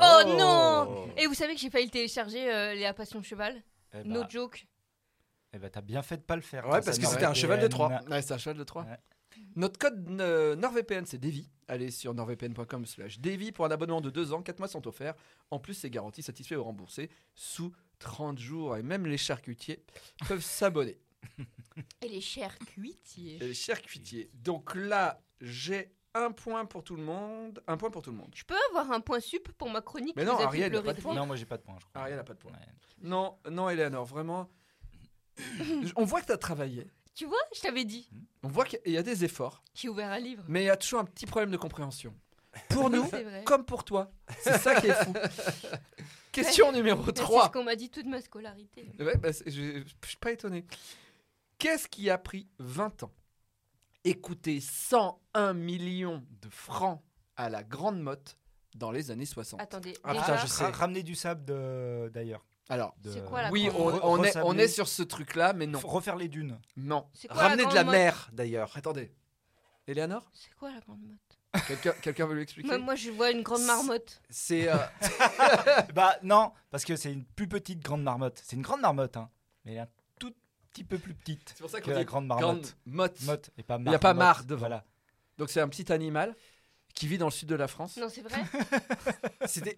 Speaker 1: Oh, non Et vous savez que j'ai failli le télécharger euh, Léa Passion Cheval
Speaker 3: Eh bah,
Speaker 1: No joke.
Speaker 3: eh bah, t'as bien fait de pas le faire.
Speaker 4: Ouais,
Speaker 3: toi,
Speaker 4: parce
Speaker 3: ça me
Speaker 4: que c'était un
Speaker 3: rappelle
Speaker 4: cheval de Troie.
Speaker 3: un-
Speaker 2: Ouais, c'est un cheval de Troie.
Speaker 3: Ouais.
Speaker 2: Notre code euh, NordVPN, c'est Davy. Allez sur nordvpn.com slash Davy pour un abonnement de 2 ans, 4 mois sont offerts. En plus, c'est garanti, satisfait ou remboursé sous 30 jours. Et même les charcutiers peuvent s'abonner.
Speaker 1: Et les chairs cuitiers.
Speaker 2: Et les charcutiers. Donc là, j'ai un point pour tout le monde. Un point pour tout le monde.
Speaker 1: Je peux avoir un point sup pour ma chronique
Speaker 2: Mais
Speaker 1: qui
Speaker 2: non,
Speaker 1: vous a fait
Speaker 2: Ariel,
Speaker 1: pleurer
Speaker 2: pas de
Speaker 1: de
Speaker 2: point.
Speaker 1: rire
Speaker 3: Non, moi j'ai pas de point. Je crois.
Speaker 2: Ariel a pas de point.
Speaker 3: Ouais.
Speaker 2: Non, non, Eleanor, vraiment. On voit que tu as travaillé.
Speaker 1: Tu vois, je t'avais dit.
Speaker 2: On voit qu'il y a des efforts.
Speaker 1: J'ai ouvert un livre.
Speaker 2: Mais il y a toujours un petit problème de compréhension. Pour nous,
Speaker 1: C'est vrai.
Speaker 2: comme pour toi. C'est ça qui est fou. Question numéro
Speaker 1: Bah,
Speaker 2: 3.
Speaker 1: C'est ce qu'on m'a dit toute ma scolarité.
Speaker 2: Ouais, bah, c'est- je je suis pas étonné. Qu'est-ce qui a pris 20 ans Écouter 101 millions de francs à la grande motte dans les années 60.
Speaker 1: Attendez,
Speaker 4: Ah,
Speaker 1: déjà,
Speaker 4: putain, je sais.
Speaker 3: Ra- Ramener du sable de- d'ailleurs.
Speaker 5: Alors,
Speaker 3: de-
Speaker 1: C'est quoi la
Speaker 2: Oui,
Speaker 1: Re-
Speaker 2: on, on est, on
Speaker 3: Ah, ressabler.
Speaker 2: est sur ce truc-là, mais non.
Speaker 3: F- Refaire les dunes.
Speaker 2: Non.
Speaker 1: C'est quoi la
Speaker 4: Ramener de
Speaker 1: grande
Speaker 4: la
Speaker 1: mode
Speaker 4: mer, d'ailleurs.
Speaker 2: Attendez. Eleanor
Speaker 1: C'est quoi la grande motte
Speaker 2: Quelqu'un quelqu'un veut lui expliquer
Speaker 1: moi, moi, je vois une grande marmotte.
Speaker 4: C'est euh,
Speaker 3: Bah non, parce que c'est une plus petite grande marmotte. C'est une grande marmotte, hein. Mais elle est un tout petit peu plus petite
Speaker 2: C'est pour ça
Speaker 3: que
Speaker 2: qu'on
Speaker 3: la
Speaker 2: dit
Speaker 3: grande
Speaker 2: grande
Speaker 3: marmotte.
Speaker 2: motte.
Speaker 3: Motte et pas
Speaker 2: y a
Speaker 3: marmotte.
Speaker 2: pas marre devant.
Speaker 3: Voilà.
Speaker 2: Donc c'est un petit animal qui vit dans le sud de la France.
Speaker 1: Non, c'est vrai Ah,
Speaker 4: c'est des-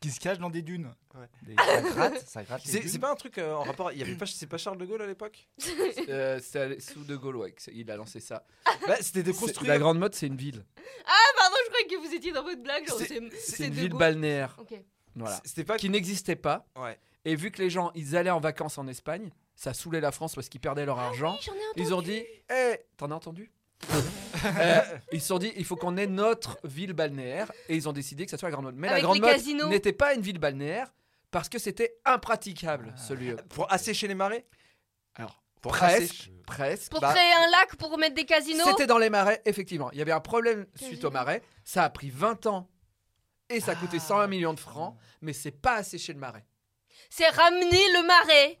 Speaker 3: Qui se cache dans des dunes.
Speaker 4: Ouais.
Speaker 3: Des- ça gratte, ça gratte. les
Speaker 4: c'est-
Speaker 3: dunes.
Speaker 4: c'est pas un truc euh, en rapport. Il y avait pas, c'est pas Charles de Gaulle à l'époque.
Speaker 2: Euh, c'est sous de Gaulle, ouais, que c'est- il a lancé ça.
Speaker 4: Bah, c'était de
Speaker 2: C'est-
Speaker 4: construire.
Speaker 2: La grande motte, c'est une ville.
Speaker 1: Ah, pardon, je croyais que vous étiez dans votre blague. genre,
Speaker 4: C'est-
Speaker 1: C'est
Speaker 2: C'est
Speaker 1: c'est
Speaker 2: une
Speaker 1: de
Speaker 2: ville
Speaker 1: gauche.
Speaker 2: balnéaire.
Speaker 1: Ok.
Speaker 2: Voilà.
Speaker 4: C'était pas
Speaker 2: Qui n'existait pas.
Speaker 4: Ouais.
Speaker 2: Et vu que les gens, ils allaient en vacances en Espagne, ça saoulait la France parce qu'ils perdaient leur argent.
Speaker 1: J'en ai entendu.
Speaker 2: Ils ont dit,
Speaker 4: Eh,
Speaker 2: hé, t'en as entendu Euh, Ils se sont dit, il faut qu'on ait notre ville balnéaire. Et ils ont décidé que ça soit la Grande Motte. Mais la
Speaker 1: Avec
Speaker 2: Grande
Speaker 1: les
Speaker 2: Motte
Speaker 1: casinos.
Speaker 2: n'était pas une ville balnéaire parce que c'était impraticable,
Speaker 4: Ah.
Speaker 2: ce lieu.
Speaker 4: pour assécher les marées.
Speaker 2: Alors,
Speaker 4: Pour
Speaker 2: presque,
Speaker 4: assécher-
Speaker 2: presque.
Speaker 1: Pour
Speaker 2: Bah,
Speaker 1: créer un lac pour mettre des casinos
Speaker 2: C'était dans les marais, effectivement. Il y avait un problème suite
Speaker 1: Casino.
Speaker 2: aux marais. Ça a pris 20 ans et ça a coûté 120 millions de francs, mais c'est pas assez chez le marais.
Speaker 1: C'est ramener le marais.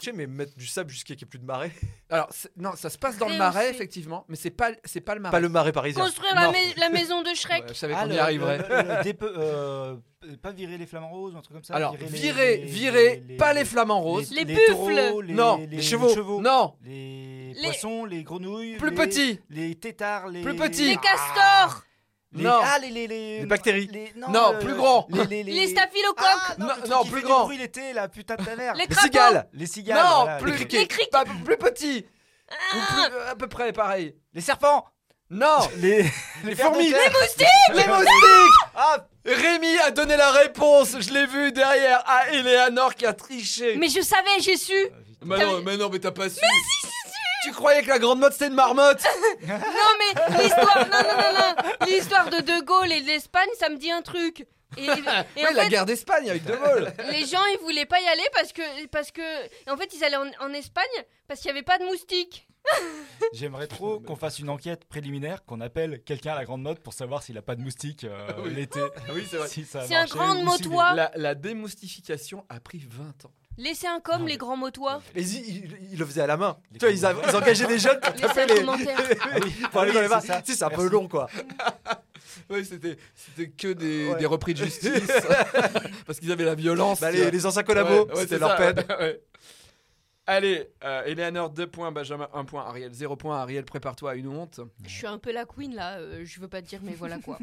Speaker 4: sécher, mais mettre du sable jusqu'à qu'il n'y ait plus de marée.
Speaker 2: Alors, c'est- non, ça se passe dans le
Speaker 1: Créer
Speaker 2: marais,
Speaker 1: aussi.
Speaker 2: effectivement, mais c'est pas, c'est pas le marais.
Speaker 4: Pas le marais parisien.
Speaker 1: Construire la,
Speaker 4: Non.
Speaker 1: mais- la maison de Shrek.
Speaker 2: Ouais, je savais
Speaker 3: Ah,
Speaker 2: qu'on
Speaker 3: le-
Speaker 2: y arriverait.
Speaker 3: le- le dépe- euh, pas virer les flamants roses, un truc comme ça.
Speaker 2: Alors,
Speaker 3: virer, les-
Speaker 2: virer,
Speaker 3: les-
Speaker 2: virer, pas les flamants roses.
Speaker 1: Les
Speaker 3: taureaux,
Speaker 1: buffles.
Speaker 3: les-
Speaker 2: non,
Speaker 3: les,
Speaker 2: les, chevaux. Non,
Speaker 3: Les,
Speaker 1: Les-
Speaker 3: poissons, les grenouilles.
Speaker 2: plus
Speaker 3: les-
Speaker 2: petits.
Speaker 3: Les tétards, les. Ah.
Speaker 2: Plus petits.
Speaker 1: Les castors.
Speaker 3: Les-
Speaker 2: non,
Speaker 3: Ah, les. Les, les,
Speaker 4: Les bactéries.
Speaker 3: les-
Speaker 2: Non, plus grand.
Speaker 3: Les, les, les-
Speaker 1: Les staphylocoques.
Speaker 3: Ah, non,
Speaker 2: Non,
Speaker 3: le truc
Speaker 2: non,
Speaker 3: qui
Speaker 2: plus
Speaker 3: fait
Speaker 2: grand.
Speaker 3: Du bruit l'été, la putain de ta mère.
Speaker 1: Les
Speaker 4: Les
Speaker 1: crapauds.
Speaker 4: cigales.
Speaker 3: Les cigales.
Speaker 2: non,
Speaker 3: voilà,
Speaker 2: plus,
Speaker 3: les-
Speaker 1: criquets. Les criquets.
Speaker 2: pas- plus petit. Ou plus- euh, à peu près pareil.
Speaker 3: Les serpents.
Speaker 2: Non,
Speaker 3: Les,
Speaker 2: les
Speaker 3: vers
Speaker 2: fourmis.
Speaker 3: d'hôtel.
Speaker 2: Les moustiques ah, Rémi a donné la réponse, je l'ai vu derrière. Ah, Eleanor qui a triché.
Speaker 1: Mais je savais, j'ai su.
Speaker 2: Mais non, mais non, mais t'as pas su. Tu croyais que la grande motte c'était une marmotte
Speaker 1: Non mais l'histoire, non non non non, l'histoire de De Gaulle et de l'Espagne, ça me dit un truc. Et,
Speaker 2: Oui,
Speaker 1: et en
Speaker 2: la
Speaker 1: fait,
Speaker 2: guerre d'Espagne avec De Gaulle.
Speaker 1: les gens ils voulaient pas y aller parce que parce que en fait ils allaient en, en Espagne parce qu'il y avait pas de moustiques.
Speaker 3: J'aimerais trop qu'on fasse une enquête préliminaire, qu'on appelle quelqu'un à la grande mode pour savoir s'il a pas de moustique euh,
Speaker 2: Oui.
Speaker 3: l'été.
Speaker 2: Oui, c'est vrai.
Speaker 3: Si ça a
Speaker 1: C'est un
Speaker 3: marché
Speaker 1: grand
Speaker 3: ou si
Speaker 1: motois.
Speaker 2: La, la démoustification a pris 20 ans.
Speaker 1: Laissez un com les grands motois.
Speaker 4: Mais ils, ils- ils le faisaient à la main. Tu vois, ils, av- ils engageaient des jeunes pour
Speaker 1: Les
Speaker 4: taper les.
Speaker 1: argumentaires.
Speaker 4: pour aller dans
Speaker 3: Ah oui,
Speaker 4: les bars.
Speaker 3: c'est ça.
Speaker 4: Tu sais, c'est un peu
Speaker 3: Merci.
Speaker 4: long, quoi.
Speaker 2: Oui, c'était c'était que des,
Speaker 4: Ouais.
Speaker 2: des repris de justice. parce qu'ils avaient la violence.
Speaker 4: Bah, les, les anciens collabos,
Speaker 2: Ouais, ouais,
Speaker 4: c'était
Speaker 2: c'est
Speaker 4: leur
Speaker 2: ça,
Speaker 4: peine.
Speaker 2: ouais, ouais. Allez, euh, Eleanor 2 points, Benjamin 1 point, Ariel 0 point. Ariel, prépare-toi à une honte.
Speaker 1: Je suis un peu la queen là, euh, je veux pas te dire mais voilà quoi.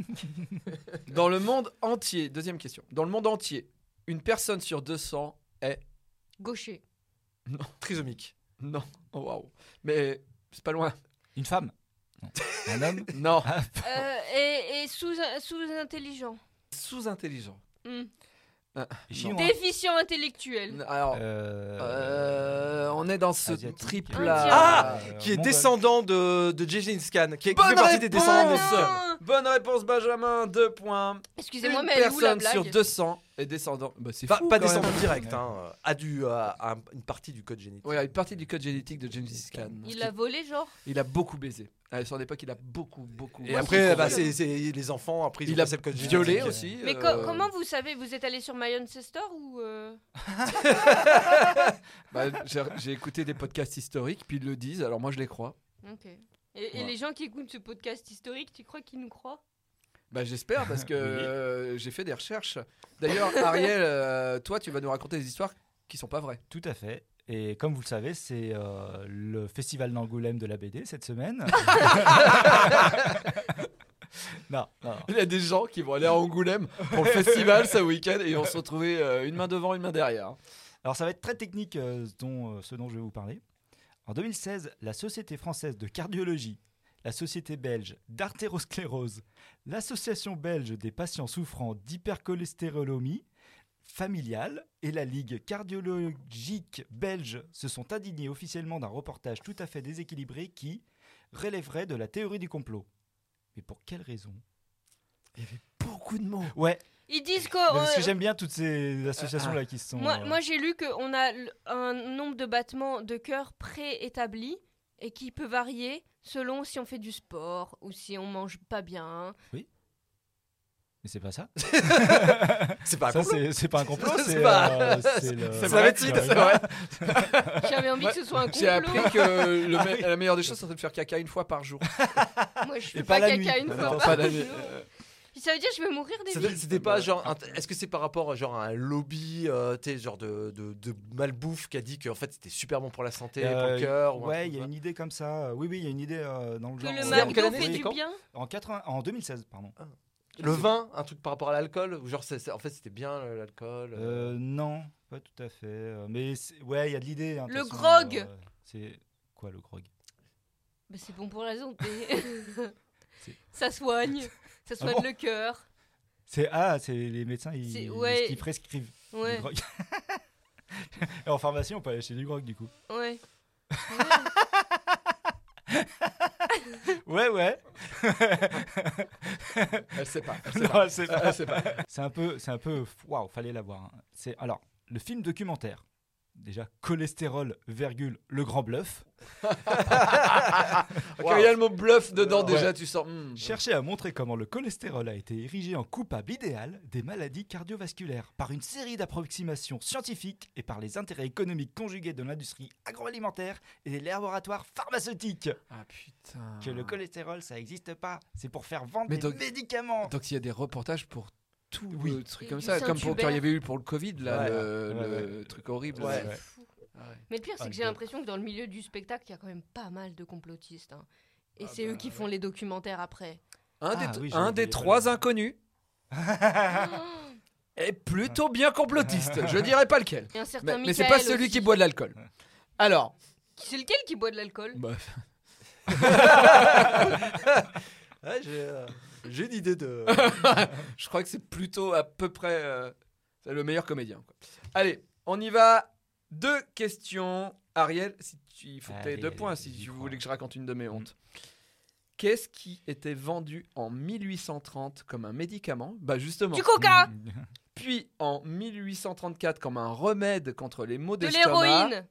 Speaker 2: Dans le monde entier, deuxième question. Dans le monde entier, une personne sur 200 est.
Speaker 1: Gaucher.
Speaker 4: Trisomique.
Speaker 2: Non, oh, waouh. Mais c'est pas loin.
Speaker 3: Une femme Non. Un homme
Speaker 2: Non,
Speaker 1: Euh, et et sous sous intelligent. Hmm.
Speaker 2: sous-intelligent.
Speaker 3: Chinois.
Speaker 1: Déficient intellectuel.
Speaker 2: Alors,
Speaker 3: Euh,
Speaker 2: euh, on est dans ce
Speaker 3: asiatique.
Speaker 2: trip-là.
Speaker 4: Ah
Speaker 3: Euh,
Speaker 4: qui est
Speaker 3: mongol.
Speaker 4: descendant de, de Gengis Khan, qui, est- qui
Speaker 2: Bonne
Speaker 4: fait partie des descendants de
Speaker 2: réponse Ah Bonne réponse, Benjamin, 2 points.
Speaker 1: Excusez-moi
Speaker 2: une
Speaker 1: mais elle est où la
Speaker 2: personne
Speaker 1: blague
Speaker 2: sur 200 est descendant. Bah, c'est
Speaker 4: Pas,
Speaker 2: fou,
Speaker 4: pas
Speaker 2: quand
Speaker 4: descendant
Speaker 2: même.
Speaker 4: direct, hein, à, du, à, à une partie du code génétique.
Speaker 2: Ouais, une partie du code génétique de Gengis Khan.
Speaker 1: Il l'a volé genre
Speaker 2: Il a beaucoup baisé. À son époque, il a beaucoup, beaucoup.
Speaker 4: Et
Speaker 2: beaucoup
Speaker 4: après,
Speaker 2: baisé.
Speaker 4: bah, c'est c'est les enfants, après, ils
Speaker 2: il
Speaker 4: ont
Speaker 2: a
Speaker 4: passé le code
Speaker 2: violé
Speaker 4: génétique.
Speaker 2: aussi.
Speaker 1: Mais
Speaker 2: euh,
Speaker 1: co- comment vous savez Vous êtes allé sur My Ancestor ou euh,
Speaker 2: bah, j'ai- J'ai écouté des podcasts historiques, puis ils le disent. Alors moi, je les crois.
Speaker 1: Ok. Et, et les gens qui écoutent ce podcast historique, tu crois qu'ils nous croient
Speaker 2: Bah, J'espère parce que euh, j'ai fait des recherches. D'ailleurs, Ariel, euh, toi, tu vas nous raconter des histoires qui sont pas vraies.
Speaker 3: Tout à fait. Et comme vous le savez, c'est euh, le festival d'Angoulême de la BD cette semaine. non, non.
Speaker 2: Il y a des gens qui vont aller à Angoulême pour le festival ce week-end et ils vont se retrouver euh, une main devant, une main derrière.
Speaker 3: Alors ça va être très technique euh, ce dont, euh, ce dont je vais vous parler. En 2016, la Société française de cardiologie, la Société belge d'artérosclérose, l'Association belge des patients souffrant d'hypercholestérolomie familiale et la Ligue cardiologique belge se sont indignés officiellement d'un reportage tout à fait déséquilibré qui relèverait de la théorie du complot. Mais pour quelle raison
Speaker 2: Beaucoup de mots.
Speaker 3: Ouais,
Speaker 1: Ils disent que.
Speaker 3: parce que
Speaker 1: euh,
Speaker 3: j'aime bien toutes ces associations-là qui sont...
Speaker 1: Moi,
Speaker 3: euh,
Speaker 1: moi j'ai lu qu'on a l- un nombre de battements de cœur préétabli et qui peut varier selon si on fait du sport ou si on mange pas bien.
Speaker 3: Mais c'est pas ça
Speaker 4: C'est pas un
Speaker 3: Ça,
Speaker 4: complot.
Speaker 3: c'est c'est pas un complot,
Speaker 4: C'est
Speaker 3: c'est euh,
Speaker 4: pas-
Speaker 3: le-
Speaker 4: C'est la bêtise, c'est vrai.
Speaker 1: J'avais envie que ce soit un
Speaker 2: J'ai appris
Speaker 1: complot.
Speaker 2: que le me- la meilleure des choses, c'est de faire caca une fois par jour.
Speaker 1: Moi, je fais
Speaker 3: Et
Speaker 1: pas,
Speaker 3: pas la
Speaker 1: caca
Speaker 3: nuit.
Speaker 1: une
Speaker 3: Non,
Speaker 1: fois.
Speaker 3: non,
Speaker 1: par
Speaker 2: pas la
Speaker 1: jour.
Speaker 2: nuit.
Speaker 1: Ça veut dire que je vais mourir des
Speaker 4: C'était
Speaker 1: vies.
Speaker 4: c'était pas genre. un- Est-ce que c'est par rapport genre, à un lobby, euh, tu sais, genre de, de, de malbouffe qui a dit que en fait c'était super bon pour la santé, pour
Speaker 3: Euh,
Speaker 4: le cœur ou un
Speaker 3: Ouais,
Speaker 4: truc
Speaker 3: il y a
Speaker 4: comme
Speaker 3: une idée comme ça. Oui, oui, il y a une idée euh, dans le
Speaker 1: Que
Speaker 3: genre.
Speaker 1: le
Speaker 3: euh,
Speaker 4: mal- en quelle
Speaker 1: McDo
Speaker 4: année,
Speaker 1: fait
Speaker 4: c'était
Speaker 1: du
Speaker 4: quand
Speaker 1: bien.
Speaker 3: en, 80 en 2016, pardon.
Speaker 4: ça. Le vin, un truc par rapport à l'alcool, ou genre c'est- c'est- en fait c'était bien euh, l'alcool. euh.
Speaker 3: Euh, non, pas tout à fait. euh, Mais c'est- ouais, il y a de l'idée. hein, de
Speaker 1: Le
Speaker 3: toute façon,
Speaker 1: grog.
Speaker 3: euh, C'est quoi le grog
Speaker 1: Bah, c'est bon pour la santé.
Speaker 3: C'est-
Speaker 1: ça soigne. Ça soigne
Speaker 3: bon
Speaker 1: le cœur.
Speaker 3: C'est ah, c'est les médecins ils,
Speaker 1: C'est-
Speaker 3: ils-
Speaker 1: ouais.
Speaker 3: ils prescrivent
Speaker 1: Ouais.
Speaker 3: du grog. Et en pharmacie, on peut aller acheter du grog du coup.
Speaker 1: Ouais.
Speaker 3: Ouais, ouais.
Speaker 2: Elle sait pas. Elle sait pas.
Speaker 3: Non, c'est
Speaker 2: Elle
Speaker 3: pas.
Speaker 2: sait Euh, pas.
Speaker 3: C'est un peu, c'est un peu, waouh, fallait l'avoir. hein. C'est alors le film documentaire. Déjà, cholestérol, virgule, le grand bluff.
Speaker 2: Quand il y a le mot bluff
Speaker 4: Euh,
Speaker 2: dedans, déjà, tu sens. hmm.
Speaker 3: Chercher à montrer comment le cholestérol a été érigé en coupable idéal des maladies cardiovasculaires par une série d'approximations scientifiques et par les intérêts économiques conjugués de l'industrie agroalimentaire et des laboratoires pharmaceutiques.
Speaker 2: Ah putain.
Speaker 3: Que le cholestérol, ça n'existe pas. C'est pour faire vendre
Speaker 2: Mais
Speaker 3: des
Speaker 2: donc-
Speaker 3: médicaments.
Speaker 2: Donc il y a des reportages pour tout
Speaker 3: Oui.
Speaker 2: le truc
Speaker 1: Et
Speaker 2: comme
Speaker 1: du
Speaker 2: ça, comme pour,
Speaker 1: Saint-Hubert.
Speaker 2: quand il y avait eu pour le Covid, là,
Speaker 3: Ouais.
Speaker 2: le,
Speaker 3: Ouais,
Speaker 2: le truc horrible.
Speaker 4: Ouais.
Speaker 2: là.
Speaker 3: Ouais.
Speaker 1: Mais le pire, c'est
Speaker 3: Ah,
Speaker 1: que j'ai
Speaker 3: je-
Speaker 1: l'impression que dans le milieu du spectacle, il y a quand même pas mal de complotistes. hein. Et
Speaker 2: Ah
Speaker 1: c'est
Speaker 2: bah,
Speaker 1: eux qui font les documentaires après.
Speaker 2: Un
Speaker 3: Ah
Speaker 2: des,
Speaker 3: oui, j'avais
Speaker 2: un des
Speaker 3: oublié,
Speaker 2: trois
Speaker 3: pardon.
Speaker 2: inconnus est plutôt bien complotiste. Je dirais pas lequel.
Speaker 1: Et un
Speaker 2: Mais,
Speaker 1: certain
Speaker 2: mais
Speaker 1: Michael.
Speaker 2: c'est pas celui
Speaker 1: aussi.
Speaker 2: qui boit de l'alcool. Alors,
Speaker 1: C'est lequel qui boit de l'alcool
Speaker 2: bah,
Speaker 4: Ouais, j'ai euh, j'ai une idée de.
Speaker 2: je crois que c'est plutôt à peu près euh, c'est le meilleur comédien. quoi. Allez, on y va. Deux questions. Ariel, si tu, il faut que tu aies
Speaker 3: Allez,
Speaker 2: deux points si
Speaker 3: j'y
Speaker 2: tu
Speaker 3: crois.
Speaker 2: voulais que je raconte une de
Speaker 3: Mm.
Speaker 2: mes hontes. Qu'est-ce qui était vendu en 1830 comme un médicament Bah justement.
Speaker 1: Du coca
Speaker 2: Puis en 1834 comme un remède contre les maux
Speaker 1: De
Speaker 2: d'estomac.
Speaker 1: l'héroïne